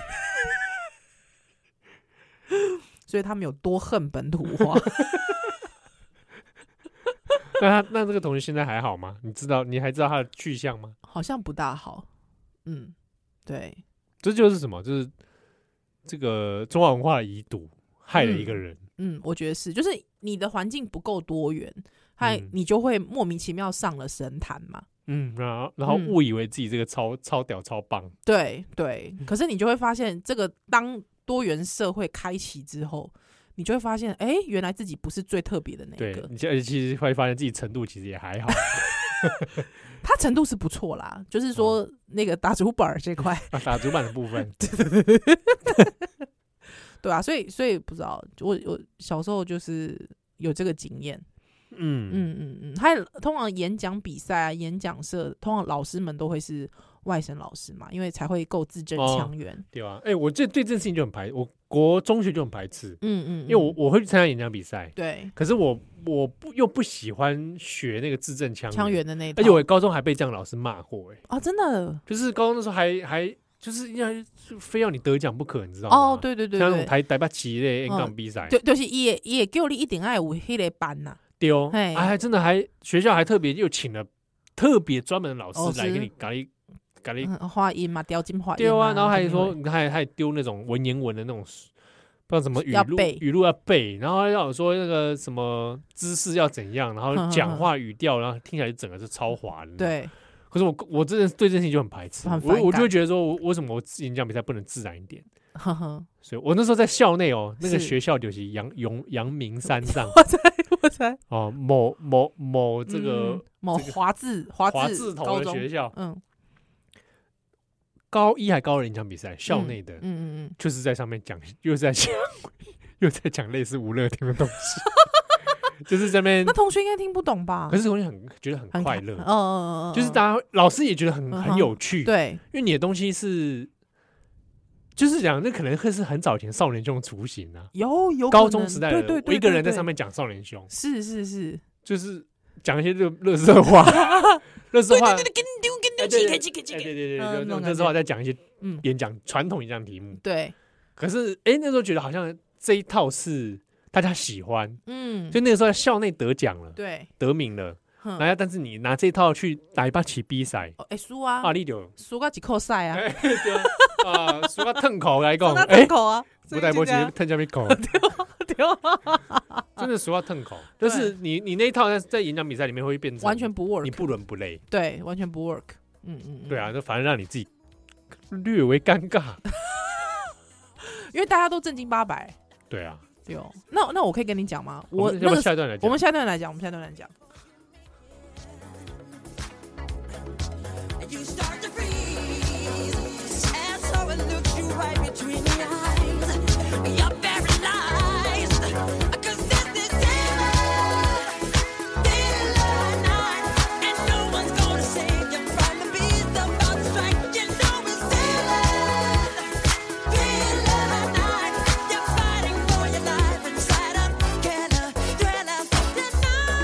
Speaker 3: 所以他们有多恨本土化。
Speaker 2: 那他那这个同学现在还好吗？你知道你还知道他的去向吗？
Speaker 3: 好像不大好。嗯，对，
Speaker 2: 这就是什么？就是这个中华文化的遗毒害了一个人。
Speaker 3: 嗯，我觉得是，就是你的环境不够多元，还
Speaker 2: 嗯
Speaker 3: 你就会莫名其妙上了神坛嘛。
Speaker 2: 嗯，然后然后
Speaker 3: 嗯
Speaker 2: 误以为自己这个超、超屌超棒，
Speaker 3: 对对，
Speaker 2: 嗯
Speaker 3: 可是你就会发现，这个当多元社会开启之后，你就会发现，哎，原来自己不是最特别的那一
Speaker 2: 对
Speaker 3: 个。
Speaker 2: 你现在其实会发现自己程度其实也 还好
Speaker 3: 他程度是不错啦，就是
Speaker 2: 哦
Speaker 3: 说那个打主板儿这块，
Speaker 2: 啊，打主板的部分，
Speaker 3: 对啊，所以所以不知道，我我小时候就是有这个经验，
Speaker 2: 嗯嗯，
Speaker 3: 嗯嗯嗯，还有通常演讲比赛啊、演讲社，通常老师们都会是外省老师嘛，因为才会够字正
Speaker 2: 哦
Speaker 3: 腔圆。
Speaker 2: 对吧、啊？哎、我这对这件事情就很排，我国中学就很排斥，
Speaker 3: 嗯嗯，
Speaker 2: 因为我
Speaker 3: 嗯
Speaker 2: 我会去参加演讲比赛，
Speaker 3: 对
Speaker 2: 可是我我不又不喜欢学那个字正腔
Speaker 3: 腔圆的那一套，
Speaker 2: 而且我高中还被这样的老师骂过、哎，
Speaker 3: 哦，真的
Speaker 2: 就是高中的时候还还就是要非要你得奖不可，你知道吗？
Speaker 3: 哦，对对对
Speaker 2: 像那种
Speaker 3: 对，
Speaker 2: 台台北旗类演讲
Speaker 3: 嗯
Speaker 2: 比赛
Speaker 3: 就就是也也给我你一点爱有黑的班呐、
Speaker 2: 丢，
Speaker 3: 嘿
Speaker 2: 哎，真的还学校还特别又请了特别专门的老
Speaker 3: 老
Speaker 2: 师
Speaker 3: 师
Speaker 2: 来给你咖喱咖喱
Speaker 3: 哦嗯哎花音嘛，雕金花音
Speaker 2: 丢啊，然后还
Speaker 3: 肯定
Speaker 2: 说
Speaker 3: 会
Speaker 2: 还还丢那种文言文的那种。不知道什么语
Speaker 3: 要
Speaker 2: 录
Speaker 3: 背，
Speaker 2: 语录要背，然后还让我说那个什么姿势要怎样，然后
Speaker 3: 哼哼
Speaker 2: 讲
Speaker 3: 哼
Speaker 2: 话语调，然后听起来就整个是超滑的。，
Speaker 3: 对，
Speaker 2: 可是我我真的对这件事情就很排斥，
Speaker 3: 很
Speaker 2: 我
Speaker 3: 反
Speaker 2: 我就会
Speaker 3: 感
Speaker 2: 觉得说，我为什么我演讲比赛不能自然一点？
Speaker 3: 呵呵，
Speaker 2: 所以我那时候在校内哦，那个
Speaker 3: 是
Speaker 2: 学校就是阳阳阳明山 上
Speaker 3: 我猜 我猜
Speaker 2: 哦，某某某这个
Speaker 3: 嗯某
Speaker 2: 这个
Speaker 3: 华字华
Speaker 2: 华
Speaker 3: 字
Speaker 2: 字
Speaker 3: 高
Speaker 2: 头的
Speaker 3: 中，
Speaker 2: 学校，
Speaker 3: 嗯
Speaker 2: 高一还高二演讲比赛，校内的
Speaker 3: 嗯，嗯嗯，
Speaker 2: 就是在上面讲，又在讲， 又在讲类似无乐听的东西， 就是这边
Speaker 3: 那，同学应该听不懂吧？
Speaker 2: 可是同学很觉得很
Speaker 3: 很
Speaker 2: 快
Speaker 3: 嗯
Speaker 2: 乐，
Speaker 3: 嗯嗯，
Speaker 2: 就是
Speaker 3: 家
Speaker 2: 大家老师也觉得很
Speaker 3: 嗯
Speaker 2: 很
Speaker 3: 哼
Speaker 2: 有趣，
Speaker 3: 对
Speaker 2: 因为你的东西是，就是讲那可能会是很早以前少年兄的雏形啊，
Speaker 3: 有有
Speaker 2: 高
Speaker 3: 可
Speaker 2: 中
Speaker 3: 能
Speaker 2: 时代
Speaker 3: 对
Speaker 2: 的
Speaker 3: 对
Speaker 2: 人，
Speaker 3: 对，
Speaker 2: 我一个
Speaker 3: 对
Speaker 2: 人在
Speaker 3: 对
Speaker 2: 上面讲少年兄，
Speaker 3: 是是是，
Speaker 2: 就是讲一些乐乐色话， 乐色话，哎
Speaker 1: 跟丢跟
Speaker 2: 对对
Speaker 1: 丢，几
Speaker 2: 对
Speaker 1: 个几个几
Speaker 2: 对
Speaker 1: 个。
Speaker 2: 对对，
Speaker 3: 嗯
Speaker 2: 就
Speaker 3: 那种
Speaker 2: 就
Speaker 3: 感
Speaker 2: 乐
Speaker 3: 觉
Speaker 2: 色话在讲一些
Speaker 3: 嗯，
Speaker 2: 演讲传统演讲题目，
Speaker 3: 对，
Speaker 2: 可是哎、那时候觉得好像这一套是大家喜欢，
Speaker 3: 嗯，
Speaker 2: 所以那个时候在校内得奖了，
Speaker 3: 对，
Speaker 2: 得名了，
Speaker 3: 哼，
Speaker 2: 然后但是你拿这一套去打一把起比赛，
Speaker 3: 哦，哎，输啊
Speaker 2: 啊，，你就
Speaker 3: 输到几扣赛啊，
Speaker 2: 哎对啊，输到烫口来 讲，
Speaker 3: 输到
Speaker 2: 哎
Speaker 3: 几，口啊，
Speaker 2: 不带波
Speaker 3: 波
Speaker 2: 及
Speaker 3: 及，
Speaker 2: 烫下面 口，
Speaker 3: 对啊
Speaker 2: 真的输到烫口，就是你你那一套在在演讲比赛里面会变成
Speaker 3: 完全不
Speaker 2: 你
Speaker 3: work，
Speaker 2: 不伦不类，
Speaker 3: 对，完全不 work，嗯嗯，嗯
Speaker 2: 对，啊，就反而让你自己略微尴尬，
Speaker 3: 因为大家都正经八百，
Speaker 2: 对啊，
Speaker 3: 对哦，那那我可以跟你讲吗？
Speaker 2: 我
Speaker 3: 我
Speaker 2: 们
Speaker 3: 那
Speaker 2: 要不
Speaker 3: 个
Speaker 2: 下一段来
Speaker 3: 我
Speaker 2: 讲
Speaker 3: 们，下一段来讲，我们下一段来讲。
Speaker 1: You start to freeze as someone looks you right between the eyes. You're paralyzed. Cause this is deadline, deadline night. And no one's gonna save you from the beast about to strike. You know it's deadline, deadline night. You're fighting for your life inside a killer, thriller tonight.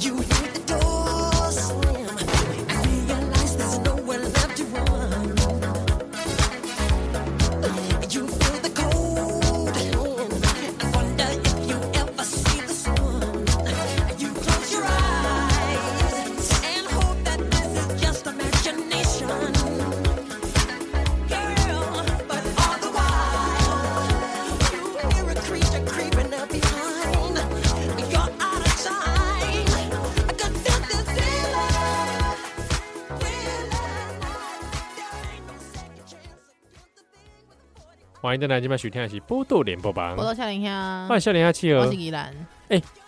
Speaker 1: You hear the door slam. I realize there's nowhere left to run. You feel the cold hand. I wonder if you ever see the sun. You close your eyes and hope that this is just imagination, girl. But all the while. You hear a creature creeping up behind. You're out of time. Cause this is thriller, thriller night. There ain't no second chance against the thing with a 40
Speaker 2: 欢迎再来今晚收听的是波豆脸波吧
Speaker 3: 我。到夏林香
Speaker 2: 欢迎笑脸下企鹅
Speaker 3: 啊我是，宜兰。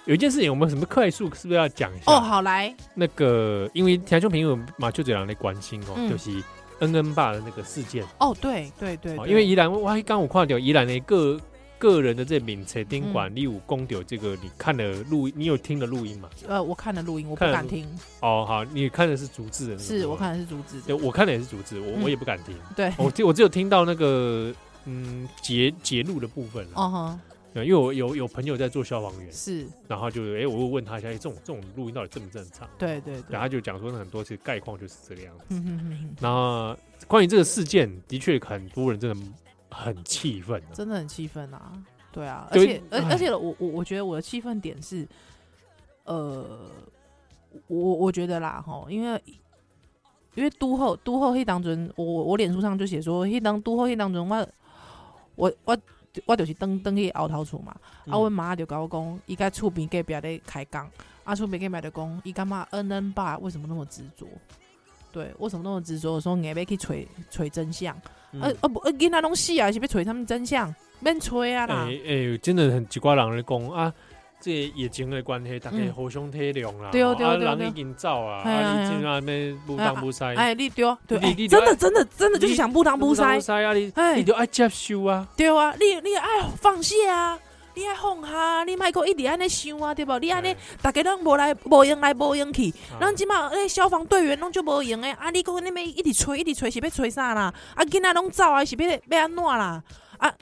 Speaker 2: 有一件事情，我们什么快速是不是要讲一下？
Speaker 3: 哦，好来，
Speaker 2: 那个因为田中平有嘛，就这样的关心哦，
Speaker 3: 嗯
Speaker 2: 就是恩恩爸的那个事件。
Speaker 3: 哦，对对对，
Speaker 2: 哦，
Speaker 3: 对
Speaker 2: 因为宜兰，我还刚我看到宜兰的个个人的这名册顶管理武公有这个，你看了录，你有听了录音吗？
Speaker 3: 呃，我看了录音，我不
Speaker 2: 看了
Speaker 3: 敢
Speaker 2: 录
Speaker 3: 听，
Speaker 2: 哦，好，你看的是逐字的，
Speaker 3: 是我，看的是竹子的，
Speaker 2: 对，我看的也是逐字，我
Speaker 3: 嗯
Speaker 2: 我也不敢听，
Speaker 3: 对，
Speaker 2: 我只我只有听到那个嗯节节录的部分啦
Speaker 3: 哦哈，
Speaker 2: 对因为我有有朋友在做消防员，
Speaker 3: 是，
Speaker 2: 然后就哎、诶我又问他一下，哎、这种这种录音到底正不正常？
Speaker 3: 对对对
Speaker 2: 然，后他就讲说，那很多次概况就是这个样子。
Speaker 3: 嗯哼哼哼，
Speaker 2: 那关于这个事件，的确很多人真的很气愤啊、
Speaker 3: 真的很气愤啊，对啊，而
Speaker 2: 对
Speaker 3: 且而
Speaker 2: 哎
Speaker 3: 而且我我我觉得我的气愤点是，呃，我我觉得啦吼，因为因为都后都后黑当阵，我我我脸书上就写说，黑当都后黑当阵，我我我我就是登登去后头厝嘛，
Speaker 2: 嗯
Speaker 3: 啊，阮妈就甲我讲，伊甲厝边隔壁咧开讲，啊，厝边隔壁就讲，伊感觉恩恩爸为什么那么执着？对，为什么那么执着？我说硬要去找找真相，
Speaker 2: 嗯
Speaker 3: 啊啊不，啊囡仔拢死啊，是要找他们真相，免找啊啦。
Speaker 2: 诶诶，真的很奇怪，人咧讲啊，这疫情的关系，大家
Speaker 3: 嗯
Speaker 2: 互相体谅啦，
Speaker 3: 对哦
Speaker 2: 哦
Speaker 3: 对哦
Speaker 2: 啊，
Speaker 3: 对哦对
Speaker 2: 人
Speaker 3: 哦
Speaker 2: 已经走啊，
Speaker 3: 嘿啊
Speaker 2: 啊，你
Speaker 3: 嘿啊
Speaker 2: 进那边不
Speaker 3: 哎
Speaker 2: 当不塞，
Speaker 3: 哎，你对对，
Speaker 2: 你
Speaker 3: 哎
Speaker 2: 你
Speaker 3: 真的
Speaker 2: 你
Speaker 3: 真的真的就是
Speaker 2: 你
Speaker 3: 想不当
Speaker 2: 不
Speaker 3: 不塞
Speaker 2: 当，塞啊，你
Speaker 3: 哎
Speaker 2: 你就爱接受啊，
Speaker 3: 对啊，你你爱放下啊，你爱放下啊，你莫讲一直安尼想啊，对无？你安尼
Speaker 2: 哎，
Speaker 3: 大家拢无来无用来无用去，
Speaker 2: 啊
Speaker 3: 咱即马迄消防队员拢就无用诶，啊！你讲你要一直吹，一直吹是要吹啥啦？啊，囡仔拢走啊，是要要安怎啦？啊，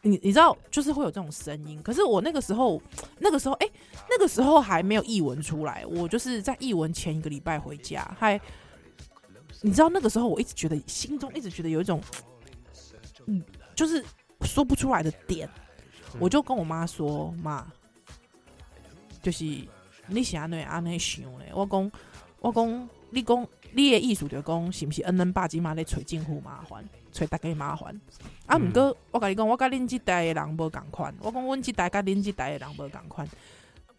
Speaker 3: 你你知道，就是会有这种声音。可是我那个时候，那个时候，哎、那个时候还没有译文出来，我就是在译文前一个礼拜回家，还你知道那个时候，我一直觉得心中一直觉得有一种，嗯，就是说不出来的点，
Speaker 2: 嗯
Speaker 3: 我就跟我妈说，妈，就是你是安尼安尼想嘞，我讲我讲，你讲你的意思就讲，是不是恩恩爸即嘛咧找政府麻烦，找大家麻烦。啊，
Speaker 2: 嗯
Speaker 3: 毋过我甲你讲，我甲恁即代的人无共款，我讲阮即代甲恁即代的人无共款。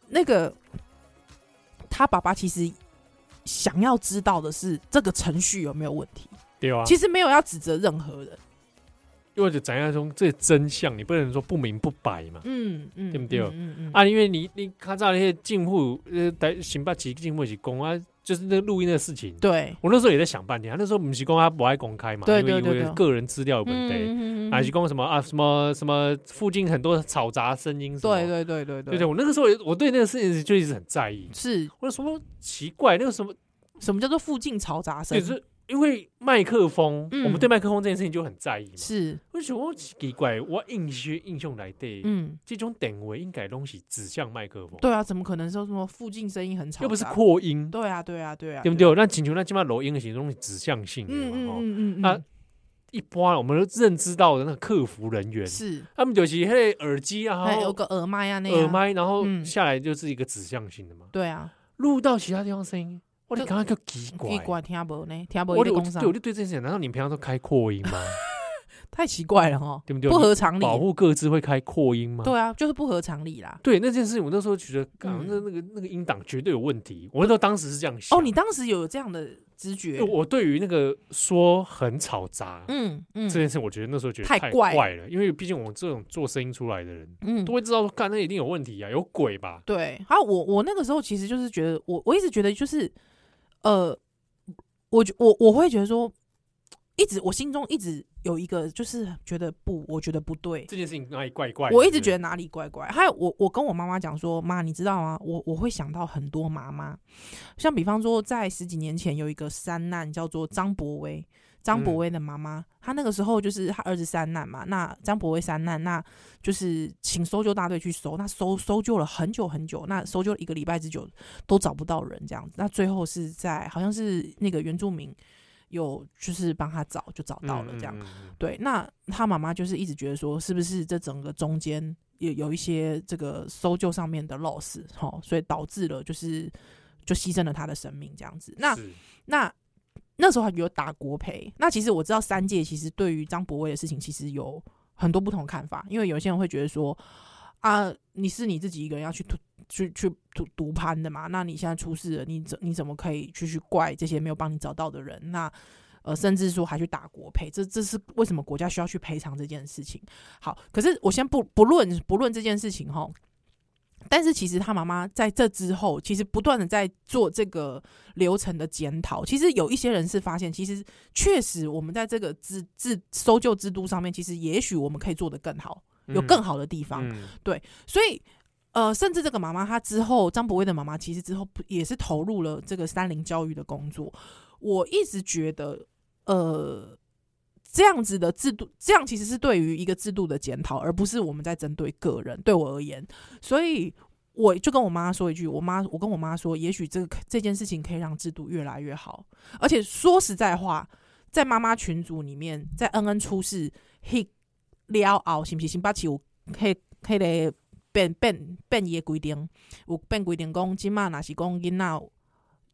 Speaker 3: 那个他爸爸其实想要知道的是这个程序有没有问题，
Speaker 2: 对啊，
Speaker 3: 其实没有要指责任何人。
Speaker 2: 因为就怎样说这真相，你不能说不明不白嘛。
Speaker 3: 嗯嗯，
Speaker 2: 对不对
Speaker 3: 嗯嗯 嗯
Speaker 2: 啊，因为你你看到那些进户，呃，台新北市进户是公啊，就是那个录音的事情。
Speaker 3: 对，
Speaker 2: 我那时候也在想半天，啊那时候不是公他不爱公开嘛，
Speaker 3: 对
Speaker 2: 因为
Speaker 3: 对
Speaker 2: 因
Speaker 3: 对
Speaker 2: 为
Speaker 3: 对
Speaker 2: 个人资料有问题，
Speaker 3: 嗯
Speaker 2: 还是公什么啊什么什么附近很多嘈杂声音什么。
Speaker 3: 对对对对
Speaker 2: 对对，我那个时候也我对那个事情就一直很在意。
Speaker 3: 是
Speaker 2: 我说什么奇怪，那个什么，
Speaker 3: 什么叫做附近嘈杂声
Speaker 2: 就？是因为麦克风，
Speaker 3: 嗯
Speaker 2: 我们对麦克风这件事情就很在意嘛。
Speaker 3: 是，
Speaker 2: 我就想我奇怪，我应学应用来对、
Speaker 3: 嗯，
Speaker 2: 这种等位应该东西指向麦克风，
Speaker 3: 对啊，怎么可能说什么附近声音很吵？
Speaker 2: 又不是扩音，
Speaker 3: 对啊，对啊，对啊，
Speaker 2: 对不对？那请求那起码录音的些东西指向性的
Speaker 3: 嗯？
Speaker 2: 嘛，
Speaker 3: 嗯
Speaker 2: 吼
Speaker 3: 嗯嗯嗯，
Speaker 2: 啊一般我们都认知到的那个客服人员，
Speaker 3: 是，
Speaker 2: 他们就是那个耳机啊，
Speaker 3: 还
Speaker 2: 然
Speaker 3: 有
Speaker 2: 后
Speaker 3: 个耳麦啊那样，
Speaker 2: 耳，麦，然后
Speaker 3: 嗯
Speaker 2: 下来就是一个指向性的嘛。
Speaker 3: 对啊，
Speaker 2: 录到其他地方声音，我你
Speaker 3: 就
Speaker 2: 刚刚就奇怪
Speaker 3: 奇。怪听无呢，听无
Speaker 2: 我
Speaker 3: 在
Speaker 2: 就我
Speaker 3: 讲
Speaker 2: 就
Speaker 3: 啥
Speaker 2: 对，我就对这件事情，难道你平常都开扩音吗？
Speaker 3: 太奇怪了哈，
Speaker 2: 对不对？
Speaker 3: 不合常
Speaker 2: 你
Speaker 3: 理，
Speaker 2: 保护各自会开扩音吗？
Speaker 3: 对啊，就是不合常理啦。
Speaker 2: 对那件事情，我那时候觉得，啊，
Speaker 3: 嗯
Speaker 2: 那那个那个音档绝对有问题。我那时候当时是这样想。
Speaker 3: 哦，你当时有这样的直
Speaker 2: 因
Speaker 3: 觉
Speaker 2: 为，我对于那个说很吵杂
Speaker 3: 嗯嗯
Speaker 2: 这件事，我觉得那时候觉得
Speaker 3: 太
Speaker 2: 太
Speaker 3: 怪了
Speaker 2: 怪了，因为毕竟我这种做声音出来的人，
Speaker 3: 嗯
Speaker 2: 都，会知道说，干那一定有问题啊，有鬼吧？
Speaker 3: 对。还有我我那个时候其实就是觉得，我我一直觉得就是，呃，我觉我我会觉得说，一直我心中一直有一个就是觉得不，我觉得不对，
Speaker 2: 这件事情哪里怪怪的？
Speaker 3: 我一直觉得
Speaker 2: 得，
Speaker 3: 哪里怪怪。还有我，我跟我妈妈讲说，妈，你知道吗？我我会想到很多妈妈，像比方说，在十几年前有一个三难叫做张博威，张博
Speaker 2: 嗯
Speaker 3: 威的妈妈，她那个时候就是她儿子三难嘛，那张博威三难，那就是请搜救大队去搜，那搜搜救了很久很久，那搜救了一个礼拜之久都找不到人，这样子，那最后是在好像是那个原住民有就是帮他找，就找到了这样。
Speaker 2: 嗯。嗯嗯
Speaker 3: 对，那他妈妈就是一直觉得说，是不是这整个中间有有一些这个搜救上面的 loss 哈，所以导致了就是就牺牲了他的生命这样子。那
Speaker 2: 是
Speaker 3: 那那时候还有打国赔，那其实我知道三界其实对于张博威的事情其实有很多不同看法，因为有些人会觉得说啊，你是你自己一个人要去突去去独独攀的嘛，那你现在出事了，你怎你怎么可以去去怪这些没有帮你找到的人？那呃，甚至说还去打国赔，这这是为什么国家需要去赔偿这件事情？好，可是我先不不论不论这件事情哈，但是其实他妈妈在这之后，其实不断的在做这个流程的检讨。其实有一些人是发现，其实确实我们在这个制制搜救制度上面，其实也许我们可以做得更好，有更好的地方。
Speaker 2: 嗯
Speaker 3: 所以，呃，甚至这个妈妈她之后，张博威的妈妈其实之后不也是投入了这个三菱教育的工作。我一直觉得，呃，这样子的制度，这样其实是对于一个制度的检讨，而不是我们在针对个人。对我而言，所以我就跟我妈说一句，我妈，我跟我妈说，也许这个这件事情可以让制度越来越好。而且说实在话，在妈妈群组里面，在恩恩出事嘿了后，是不是星巴克有迄迄个变变变伊的规定，有变规定讲，即满若是讲囡仔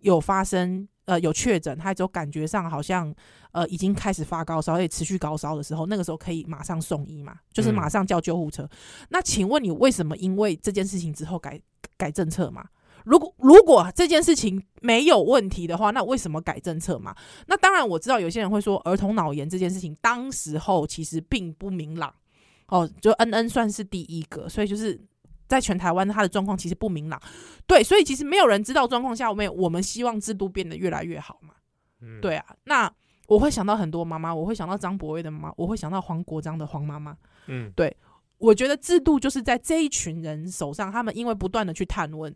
Speaker 3: 有发生呃有确诊，他只有感觉上好像呃已经开始发高烧，而且持续高烧的时候，那个时候可以马上送医嘛，就是
Speaker 2: 嗯
Speaker 3: 马上叫救护车。那请问你为什么因为这件事情之后改改政策嘛？如果如果这件事情没有问题的话，那为什么改政策嘛？那当然我知道有些人会说儿童脑炎这件事情，当时候其实并不明朗。哦，就恩恩算是第一个，所以就是在全台湾他的状况其实不明朗，对，所以其实没有人知道状况下，我们也我们希望制度变得越来越好嘛，
Speaker 2: 嗯
Speaker 3: 对啊，那我会想到很多妈妈，我会想到张博威的妈妈，我会想到黄国章的黄妈妈，
Speaker 2: 嗯
Speaker 3: 我觉得制度就是在这一群人手上，他们因为不断的去探问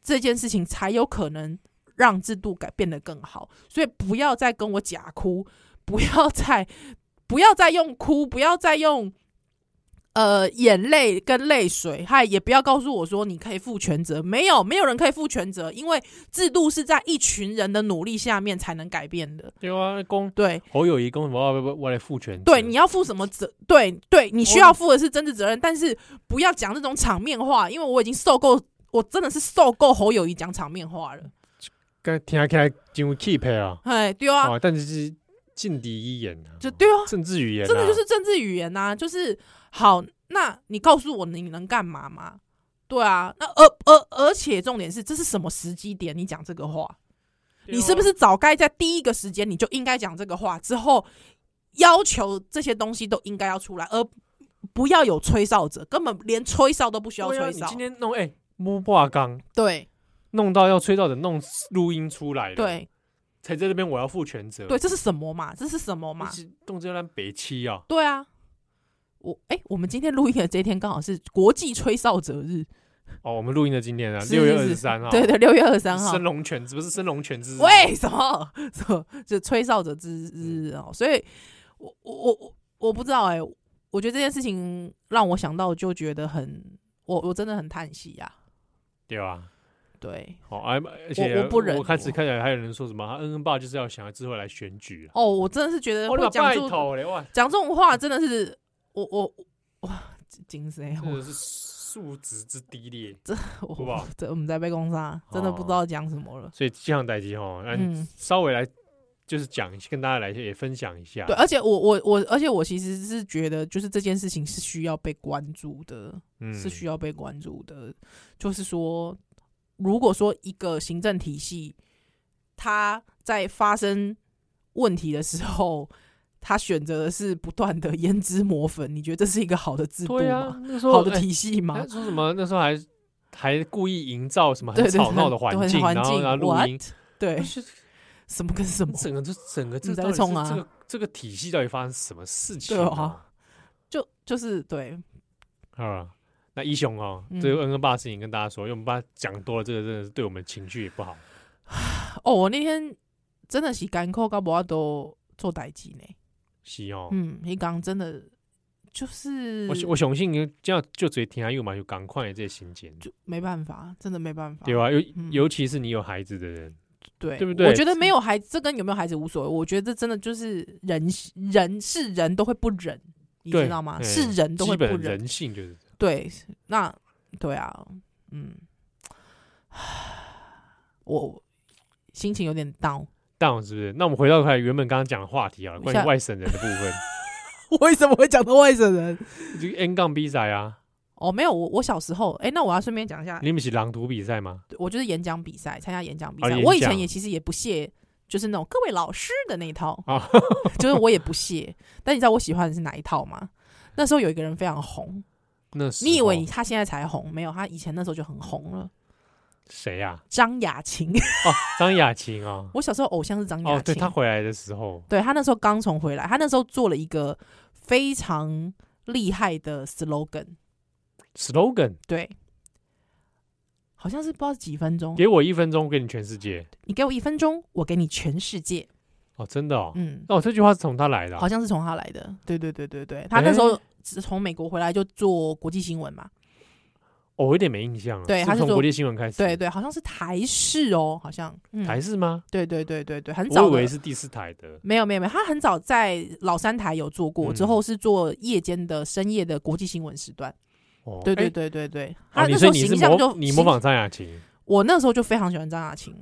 Speaker 3: 这件事情，才有可能让制度改变得更好。所以不要再跟我假哭，不要再不要再用哭，不要再用呃眼泪跟泪水，还也不要告诉我说你可以负全责，没有没有人可以负全责，因为制度是在一群人的努力下面才能改变的。
Speaker 2: 对啊，公
Speaker 3: 对，
Speaker 2: 侯友谊公我要我我来负全责，
Speaker 3: 对，你要负什么责？对对，你需
Speaker 2: 哦
Speaker 3: 要负的是政治责任，但是不要讲这种场面话，因为我已经受够，我真的是受够侯友谊讲场面话了。
Speaker 2: 刚听起来真 keep 啊，
Speaker 3: 哎，对啊，
Speaker 2: 哦，但是是劲敌一言啊，
Speaker 3: 就对啊，
Speaker 2: 政治语言啊，
Speaker 3: 真的就是政治语言呐、就是好，那你告诉我你能干嘛吗？对啊，那而而而且重点是，这是什么时机点？你讲这个话，
Speaker 2: 对啊
Speaker 3: 你是不是早该在第一个时间你就应该讲这个话，之后要求这些东西都应该要出来，而不要有吹哨者，根本连吹哨都不需要
Speaker 2: 对啊
Speaker 3: 吹
Speaker 2: 你
Speaker 3: 哨。
Speaker 2: 今天弄哎摸挂缸，
Speaker 3: 对
Speaker 2: 弄到要吹到的弄录音出来了，，
Speaker 3: 对
Speaker 2: 才在这边我要负全责，
Speaker 3: 对，，这是什么嘛？这是什么嘛？
Speaker 2: 动这段北七啊，
Speaker 3: 对啊，我哎、我们今天录音的这一天刚好是国际吹哨者日，
Speaker 2: 哦，我们录音的今天啊，
Speaker 3: 是
Speaker 2: 六月二
Speaker 3: 是
Speaker 2: 十
Speaker 3: 是
Speaker 2: 三号，
Speaker 3: 对对，六月二十三号
Speaker 2: 升。龙泉不是升龙泉之日
Speaker 3: 为什么？什么就吹哨者之日哦？所以我我我我我不知道哎、我觉得这件事情让我想到，就觉得很我我真的很叹息呀、
Speaker 2: 对吧？
Speaker 3: 对，
Speaker 2: 好，而而且
Speaker 3: 我我不忍
Speaker 2: 我开始
Speaker 3: 我
Speaker 2: 看起来还有人说什么，他啊恩恩爸就是要想要之后来选举啊，
Speaker 3: 哦，我真的是觉得
Speaker 2: 我
Speaker 3: 会
Speaker 2: 的
Speaker 3: 讲
Speaker 2: 拜
Speaker 3: 出哎
Speaker 2: 托嘞，哇，
Speaker 3: 讲这种话，真的是我我哇，精神
Speaker 2: 真的是素质之低劣，
Speaker 3: 我
Speaker 2: 好不好
Speaker 3: 我这我们在被攻杀，真的不知道讲什么了。
Speaker 2: 所以这样代际哈，嗯，
Speaker 3: 嗯，
Speaker 2: 稍微来就是讲一下，跟大家来也分享一下，
Speaker 3: 对，啊而且我我我，而且我其实是觉得，就是这件事情是需要被关注的。
Speaker 2: 嗯
Speaker 3: 是需要被关注的。就是说，如果说一个行政体系，它在发生问题的时候，它选择的是不断的胭脂抹粉，你觉得这是一个好的制度
Speaker 2: 对啊
Speaker 3: 吗？，
Speaker 2: 那时候
Speaker 3: 好的
Speaker 2: 哎
Speaker 3: 体系吗
Speaker 2: 他？说什么？那时候还还故意营造什么
Speaker 3: 对
Speaker 2: 很
Speaker 3: 对
Speaker 2: 吵
Speaker 3: 对
Speaker 2: 闹的环
Speaker 3: 对
Speaker 2: 境，
Speaker 3: 环
Speaker 2: 然后
Speaker 3: 境
Speaker 2: 然后录音，
Speaker 3: what？对
Speaker 2: 就，是
Speaker 3: 什么跟什么，
Speaker 2: 整个这整个这
Speaker 3: 你在
Speaker 2: 到底是
Speaker 3: 冲啊
Speaker 2: 这个这个体系到底发生什么事情？哦
Speaker 3: 对啊，就就是对，
Speaker 2: 啊，那一雄哦，
Speaker 3: 嗯
Speaker 2: 这个恩恩爸的事情跟大家说，因为我们爸讲多了，这个真的是对我们情绪也不好。
Speaker 3: 哦，我那天真的是干扣，搞不好都做代志呢。
Speaker 2: 是哦，
Speaker 3: 嗯，你刚真的就是
Speaker 2: 我我相信这样就直接听下又嘛，有赶快这些心情，
Speaker 3: 就没办法，真的没办法。
Speaker 2: 对啊吧？尤
Speaker 3: 嗯
Speaker 2: 尤其是你有孩子的人，
Speaker 3: 对，
Speaker 2: 对不对
Speaker 3: 我觉得没有孩子，这跟有没有孩子无所谓。我觉得这真的就是人，人是人都会不忍，你
Speaker 2: 对
Speaker 3: 知道吗？
Speaker 2: 嗯
Speaker 3: 是人都
Speaker 2: 基
Speaker 3: 会不
Speaker 2: 本
Speaker 3: 忍。
Speaker 2: 人性就是这样
Speaker 3: 对，那对啊，嗯，我心情有点 down。
Speaker 2: down 是不是？那我们回到开原本刚刚讲的话题啊，关
Speaker 3: 像
Speaker 2: 于外省人的部 分，
Speaker 3: 为什么会讲到外省人？
Speaker 2: 就 N 杠 B 仔啊，
Speaker 3: 哦，没有，我我小时候，哎、那我要顺便讲一下，
Speaker 2: 你们是朗读比赛吗？
Speaker 3: 我就是演讲比赛，参加演讲比
Speaker 2: 哦
Speaker 3: 赛。
Speaker 2: 演
Speaker 3: 我以前
Speaker 2: 讲
Speaker 3: 也其实也不屑，就是那种各位老师的那一套
Speaker 2: 啊
Speaker 3: 就是我也不屑。但你知道我喜欢的是哪一套吗？那时候有一个人非常红，
Speaker 2: 那时候
Speaker 3: 你以为你他现在才红？没有，他以前那时候就很红了。
Speaker 2: 谁呀、
Speaker 3: 张雅琴，，
Speaker 2: 哦，张雅琴哦
Speaker 3: 我小时候偶像是张雅
Speaker 2: 哦，对
Speaker 3: 琴。
Speaker 2: 她回来的时候，
Speaker 3: 对他那时候刚从回来，他那时候做了一个非常厉害的 slogan，
Speaker 2: slogan
Speaker 3: 对，好像是不知道几分钟，
Speaker 2: 给我一分钟，给你全世界。
Speaker 3: 你给我一分钟，我给你全世界。
Speaker 2: 哦，真的哦，
Speaker 3: 嗯，
Speaker 2: 哦，这句话是从他来的啊、
Speaker 3: 好像是从他来的。对对对对对，他那时候只从美国回来就做国际新闻嘛。
Speaker 2: 哦，我有点没印象了。
Speaker 3: 对
Speaker 2: 是
Speaker 3: 他是
Speaker 2: 从
Speaker 3: 做
Speaker 2: 国际新闻开始，
Speaker 3: 对对，好像是台视哦，好像、嗯、
Speaker 2: 台视吗？
Speaker 3: 对对对对对，很
Speaker 2: 我
Speaker 3: 早
Speaker 2: 以为
Speaker 3: 的。
Speaker 2: 是第四台的。
Speaker 3: 没有没有没有，他很早在老三台有做过，之
Speaker 2: 嗯
Speaker 3: 后是做夜间的深夜的国际新闻时段。
Speaker 2: 哦，
Speaker 3: 对对
Speaker 2: 哎，
Speaker 3: 对对对，他
Speaker 2: 哦，
Speaker 3: 那
Speaker 2: 你
Speaker 3: 时
Speaker 2: 所以
Speaker 3: 候
Speaker 2: 你是
Speaker 3: 形象就
Speaker 2: 模你
Speaker 3: 形
Speaker 2: 模仿张雅琴
Speaker 3: 我那时候就非常喜欢张雅琴，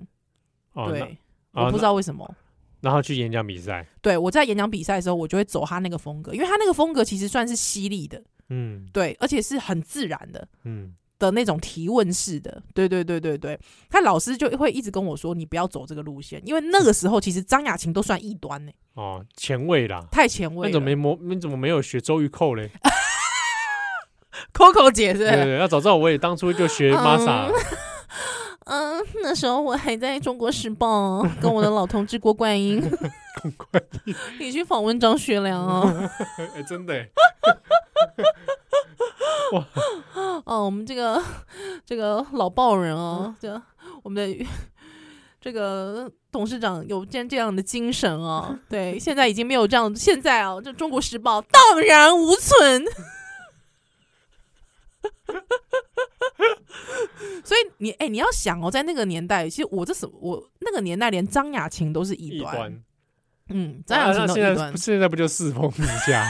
Speaker 2: 哦，那
Speaker 3: 对，
Speaker 2: 啊
Speaker 3: 我不知道为什么。
Speaker 2: 那然后去演讲比赛，
Speaker 3: 对我在演讲比赛的时候，我就会走他那个风格，因为他那个风格其实算是犀利的，
Speaker 2: 嗯
Speaker 3: 对，而且是很自然的
Speaker 2: 嗯，
Speaker 3: 的那种提问式的。对对对对对，他老师就会一直跟我说，你不要走这个路线，因为那个时候其实张雅琴都算异端呢、欸
Speaker 2: 哦，前卫啦。
Speaker 3: 太前
Speaker 2: 那
Speaker 3: 卫
Speaker 2: 你怎么
Speaker 3: 了。
Speaker 2: 没模？你怎么没有学周玉蔻 嘞？
Speaker 3: Coco 姐是
Speaker 2: 对对，对要早知道我也当初就学
Speaker 3: 嗯
Speaker 2: Masa，
Speaker 3: 嗯，那时候我还在中国时报跟我的老同志郭冠英， 你去访问张学良哦。
Speaker 2: 哎，真的耶，
Speaker 3: 哦，我们这个这个老报人哦，这我们的这个董事长有这样这样的精神哦。对，现在已经没有这样，现在啊，这中国时报荡然无存。 所以你哎、你要想哦，在那个年代，其实我这什么，我那个年代连张雅琴都是异
Speaker 2: 异
Speaker 3: 端，
Speaker 2: 端。
Speaker 3: 嗯，张雅
Speaker 2: 啊
Speaker 3: 琴
Speaker 2: 那
Speaker 3: 都
Speaker 2: 现
Speaker 3: 是异
Speaker 2: 在
Speaker 3: 端
Speaker 2: 不，现在不就世风日下？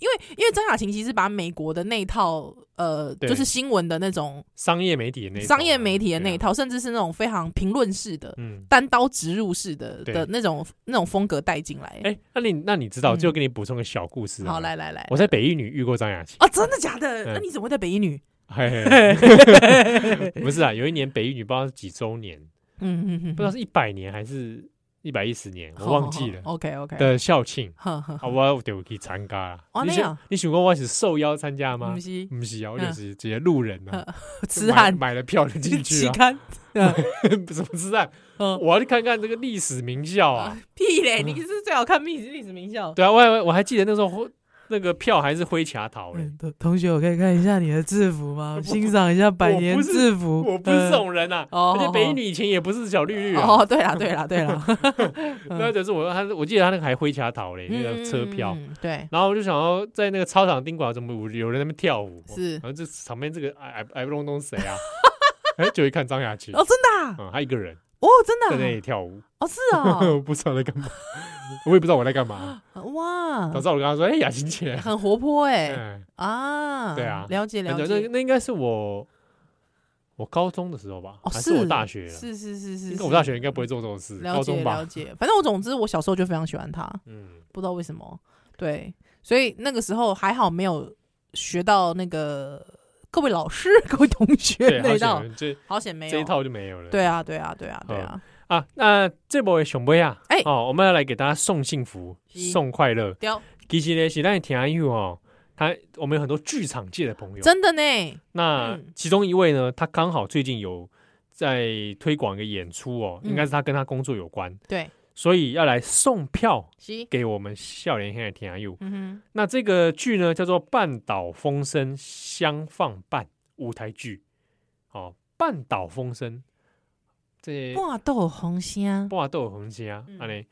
Speaker 3: 因为因为张雅琴其实把美国的那一套呃，
Speaker 2: 对
Speaker 3: 就是新闻的那种
Speaker 2: 商业媒体的那一种啊
Speaker 3: 商业媒体的那一，
Speaker 2: 对啊
Speaker 3: 套，甚至是那种非常评论式的、
Speaker 2: 嗯。
Speaker 3: 单刀直入式的
Speaker 2: 对
Speaker 3: 的那种那种风格带进来。
Speaker 2: 哎、那你那你知道，
Speaker 3: 嗯
Speaker 2: 就给你补充个小故事、
Speaker 3: 好，，来来来，
Speaker 2: 我在北一女遇过张雅琴。
Speaker 3: 哦，真的假的？
Speaker 2: 嗯
Speaker 3: 那你怎么会在北一女？
Speaker 2: 嘿嘿 嘿不是啊，有一年北一女不知道是几周年，
Speaker 3: 嗯嗯嗯，嗯
Speaker 2: 不知道是一百年还是一百一十年，
Speaker 3: 好，
Speaker 2: 我忘记了
Speaker 3: OK OK，，
Speaker 2: 的校庆
Speaker 3: 呵呵
Speaker 2: 啊，我就去参加啦。
Speaker 3: 哦
Speaker 2: 你
Speaker 3: 那
Speaker 2: 想
Speaker 3: 样
Speaker 2: 你想讲我是受邀参加吗
Speaker 3: 不？是嗯呃
Speaker 2: 不是啊，我就是直接路人啊，就
Speaker 3: 痴
Speaker 2: 买
Speaker 3: 汉嗯
Speaker 2: 买了票就进去
Speaker 3: 期
Speaker 2: 啊，
Speaker 3: 刊
Speaker 2: 什么痴汉？
Speaker 3: 嗯
Speaker 2: 我要去看看这个历史名校啊。
Speaker 3: 屁嘞！你是最好看历史历史名校。
Speaker 2: 对啊，我还我还记得那时候灰那个票还是灰卡欸桃嘞，
Speaker 4: 嗯，同同学，我可以看一下你的制服 吗？欣赏一下百
Speaker 2: 我
Speaker 4: 年
Speaker 2: 不是
Speaker 4: 制服。嗯
Speaker 2: 我不是这种人啊，
Speaker 3: 哦
Speaker 2: 而且北一女以前也不是小绿绿啊，
Speaker 3: 哦，对啦对啦对啦， 嗯
Speaker 2: 那就是我他我记得他那个还灰卡桃嘞，那个车票
Speaker 3: 嗯，嗯嗯嗯对，
Speaker 2: 然后我就想要在那个操场宾馆怎么有人在那边跳舞，
Speaker 3: 是
Speaker 2: 然后这场边这个矮矮矮不隆咚谁啊？哎，就一看张雅琴，
Speaker 3: 哦，真的啊
Speaker 2: 嗯，他一个人
Speaker 3: 哦，真
Speaker 2: 在那
Speaker 3: 的
Speaker 2: 里跳舞，
Speaker 3: 啊哦，是 哦，
Speaker 2: 不知道在干嘛，我也不知道我在干嘛。
Speaker 3: 哇
Speaker 2: 早，知道我跟他说，哎，雅琴姐，
Speaker 3: 很活泼哎
Speaker 2: 嗯，
Speaker 3: 啊，
Speaker 2: 对啊
Speaker 3: 了解
Speaker 2: 那
Speaker 3: 了
Speaker 2: 那
Speaker 3: 解，
Speaker 2: 那应该是我我高中的时候吧，
Speaker 3: 哦，
Speaker 2: 还是我大学了。
Speaker 3: 是是是是，
Speaker 2: 应该我
Speaker 3: 是
Speaker 2: 大学应该不会做这种事，
Speaker 3: 了
Speaker 2: 高
Speaker 3: 解
Speaker 2: 中
Speaker 3: 了
Speaker 2: 吧，
Speaker 3: 解，反正我总之我小时候就非常喜欢他，
Speaker 2: 嗯，
Speaker 3: 不知道为什么，对，所以那个时候还好没有学到那个各位老师、 各位同学
Speaker 2: 对，
Speaker 3: 那
Speaker 2: 好
Speaker 3: 一套
Speaker 2: 险，这
Speaker 3: 好险没
Speaker 2: 这一
Speaker 3: 有，
Speaker 2: 套就没有了。
Speaker 3: 对啊对啊对啊对啊，
Speaker 2: 啊，那这波的熊杯啊，
Speaker 3: 哎
Speaker 2: 哦，我们要来给大家送幸福，
Speaker 3: 是
Speaker 2: 送快乐。
Speaker 3: 丢
Speaker 2: 其实呢，是咱的听友哦，他我们有很多剧场界的朋友，
Speaker 3: 真的呢，
Speaker 2: 那
Speaker 3: 嗯
Speaker 2: 其中一位呢，他刚好最近有在推广一个演出哦，
Speaker 3: 嗯
Speaker 2: 应该是他跟他工作有关，
Speaker 3: 对，
Speaker 2: 所以要来送票
Speaker 3: 西，
Speaker 2: 给我们笑脸现在听友。
Speaker 3: 嗯
Speaker 2: 那这个剧呢，叫做《半岛风声相放伴》舞台剧，哦，《半岛风声》这
Speaker 3: 哼，哇，豆红香，
Speaker 2: 哇，都有红星啊，
Speaker 3: 嗯
Speaker 2: 阿雷、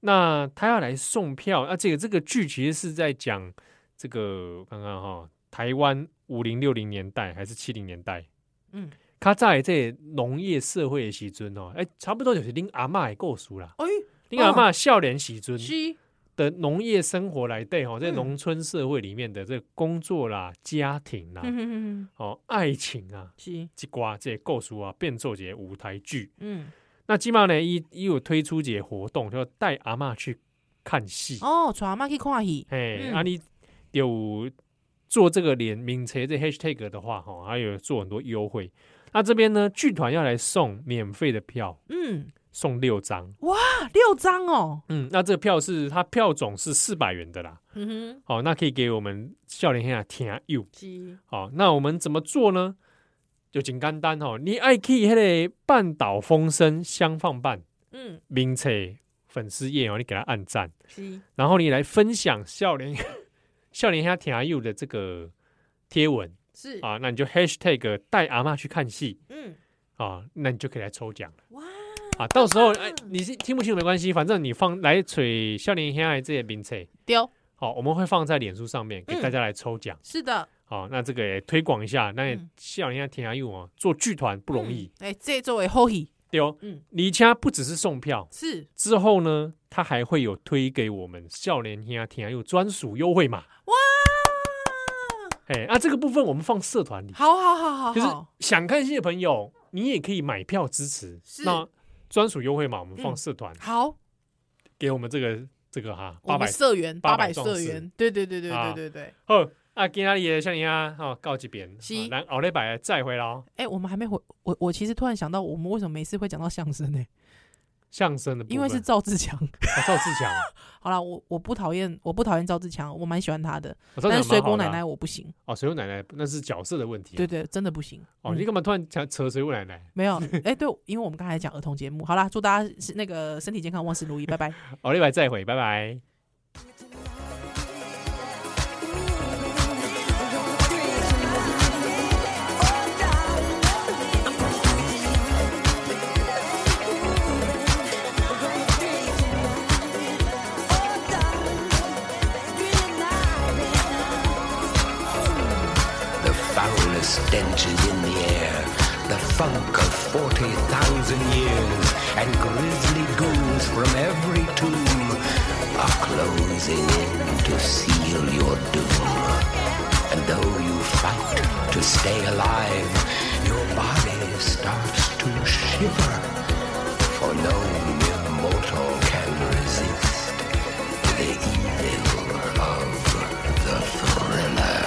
Speaker 2: 那他要来送票，那、这个这个剧其实是在讲这个刚刚哈，台湾五零六零年代还是七零年代，
Speaker 3: 嗯，
Speaker 2: 他在这农业社会的时阵哦，哎、差不多就是恁阿嬷的故事啦，
Speaker 3: 哎，
Speaker 2: 恁阿嬷少年时阵
Speaker 3: 西，
Speaker 2: 的农业生活来对哦，在
Speaker 3: 嗯
Speaker 2: 农村社会里面的这个工作啦、家庭啦、
Speaker 3: 嗯哼哼哼，
Speaker 2: 哦爱情啊，
Speaker 3: 西，
Speaker 2: 这瓜这些故事啊，变做一个舞台剧。
Speaker 3: 嗯，
Speaker 2: 那今嘛呢，伊伊有推出一个活动，就带阿嬷去看戏。
Speaker 3: 哦，传马去看戏，
Speaker 2: 嘿，
Speaker 3: 嗯
Speaker 2: 啊，你有做这个联名车这 hashtag 的话，哦哈，还有做很多优惠。那这边呢，剧团要来送免费的票，
Speaker 3: 嗯，
Speaker 2: 送六张。
Speaker 3: 啊，六张哦，
Speaker 2: 嗯，那这个票是它票总是四百元的啦。
Speaker 3: 嗯哼，
Speaker 2: 好、那可以给我们笑脸下啊听友。
Speaker 3: 西，
Speaker 2: 好、那我们怎么做呢？就简单单哦，你爱去迄个半岛风声相放伴
Speaker 3: 嗯，
Speaker 2: 名册粉丝页哦，你给他按赞。
Speaker 3: 西，
Speaker 2: 然后你来分享笑脸笑脸下田友的这个贴文
Speaker 3: 是，
Speaker 2: 啊，那你就 hashtag 带阿嬷去看戏
Speaker 3: 嗯，
Speaker 2: 啊，那你就可以来抽奖了。
Speaker 3: 哇，
Speaker 2: 啊，到时候哎，你是听不清楚没关系，反正你放来吹笑脸天爱这些名册，
Speaker 3: 丢，
Speaker 2: 好，我们会放在脸书上面给大家来抽奖。
Speaker 3: 是的，
Speaker 2: 好，那这个也推广一下，那也
Speaker 3: 嗯
Speaker 2: 笑脸天爱用哦，做剧团不
Speaker 3: 不
Speaker 2: 容易。。
Speaker 3: 哎，这作为后裔，
Speaker 2: 对哦，
Speaker 3: 嗯，
Speaker 2: 你家不只是送票，
Speaker 3: 是
Speaker 2: 之后呢，他还会有推给我们笑脸天爱天爱用专属优惠码。
Speaker 3: 哇，
Speaker 2: 哎，啊，这个部分我们放社团里，
Speaker 3: 好好好好
Speaker 2: 就是
Speaker 3: 好，
Speaker 2: 想看戏的朋友，你也可以买票支持。
Speaker 3: 是
Speaker 2: 那专属优惠码我们放
Speaker 3: 嗯
Speaker 2: 社团，
Speaker 3: 好，
Speaker 2: 给我们这个这个哈
Speaker 3: 我
Speaker 2: 八百
Speaker 3: 们社员八
Speaker 2: 800
Speaker 3: 百
Speaker 2: 壮
Speaker 3: 社
Speaker 2: 士
Speaker 3: 员，对对对对
Speaker 2: 啊
Speaker 3: 对对对。
Speaker 2: 好啊，今仔日的像你啊，吼、到这边，
Speaker 3: 是
Speaker 2: 啊咱后礼拜再哦会咯。
Speaker 3: 哎，我们还没回我，我其实突然想到，我们为什么每次会讲到相声呢？
Speaker 2: 相声的部分，
Speaker 3: 因为是赵志强。
Speaker 2: 啊赵志 强，
Speaker 3: 好啦，我我不讨厌，我不讨厌赵志强，我蛮喜欢他的，
Speaker 2: 哦赵志强
Speaker 3: 但
Speaker 2: 蛮好的啊
Speaker 3: 是水果奶奶我不行，
Speaker 2: 哦，水果奶奶那是角色的问题、啊
Speaker 3: 对，对，真的不行。
Speaker 2: 哦，
Speaker 3: 嗯
Speaker 2: 你干嘛突然扯扯水果奶奶？
Speaker 3: 没有，哎、对，因为我们刚才讲儿童节目，好啦，祝大家是那个身体健康，万事如意，拜拜。
Speaker 2: 后礼拜哦再会，拜拜。
Speaker 5: the foulest stenches in the air, the funk of 40,000 years, and grisly goons from every tomb are closing in to seal your doom. And though you fight to stay alive, your body starts to shiver, for no mere mortal can resist the evil of the thriller.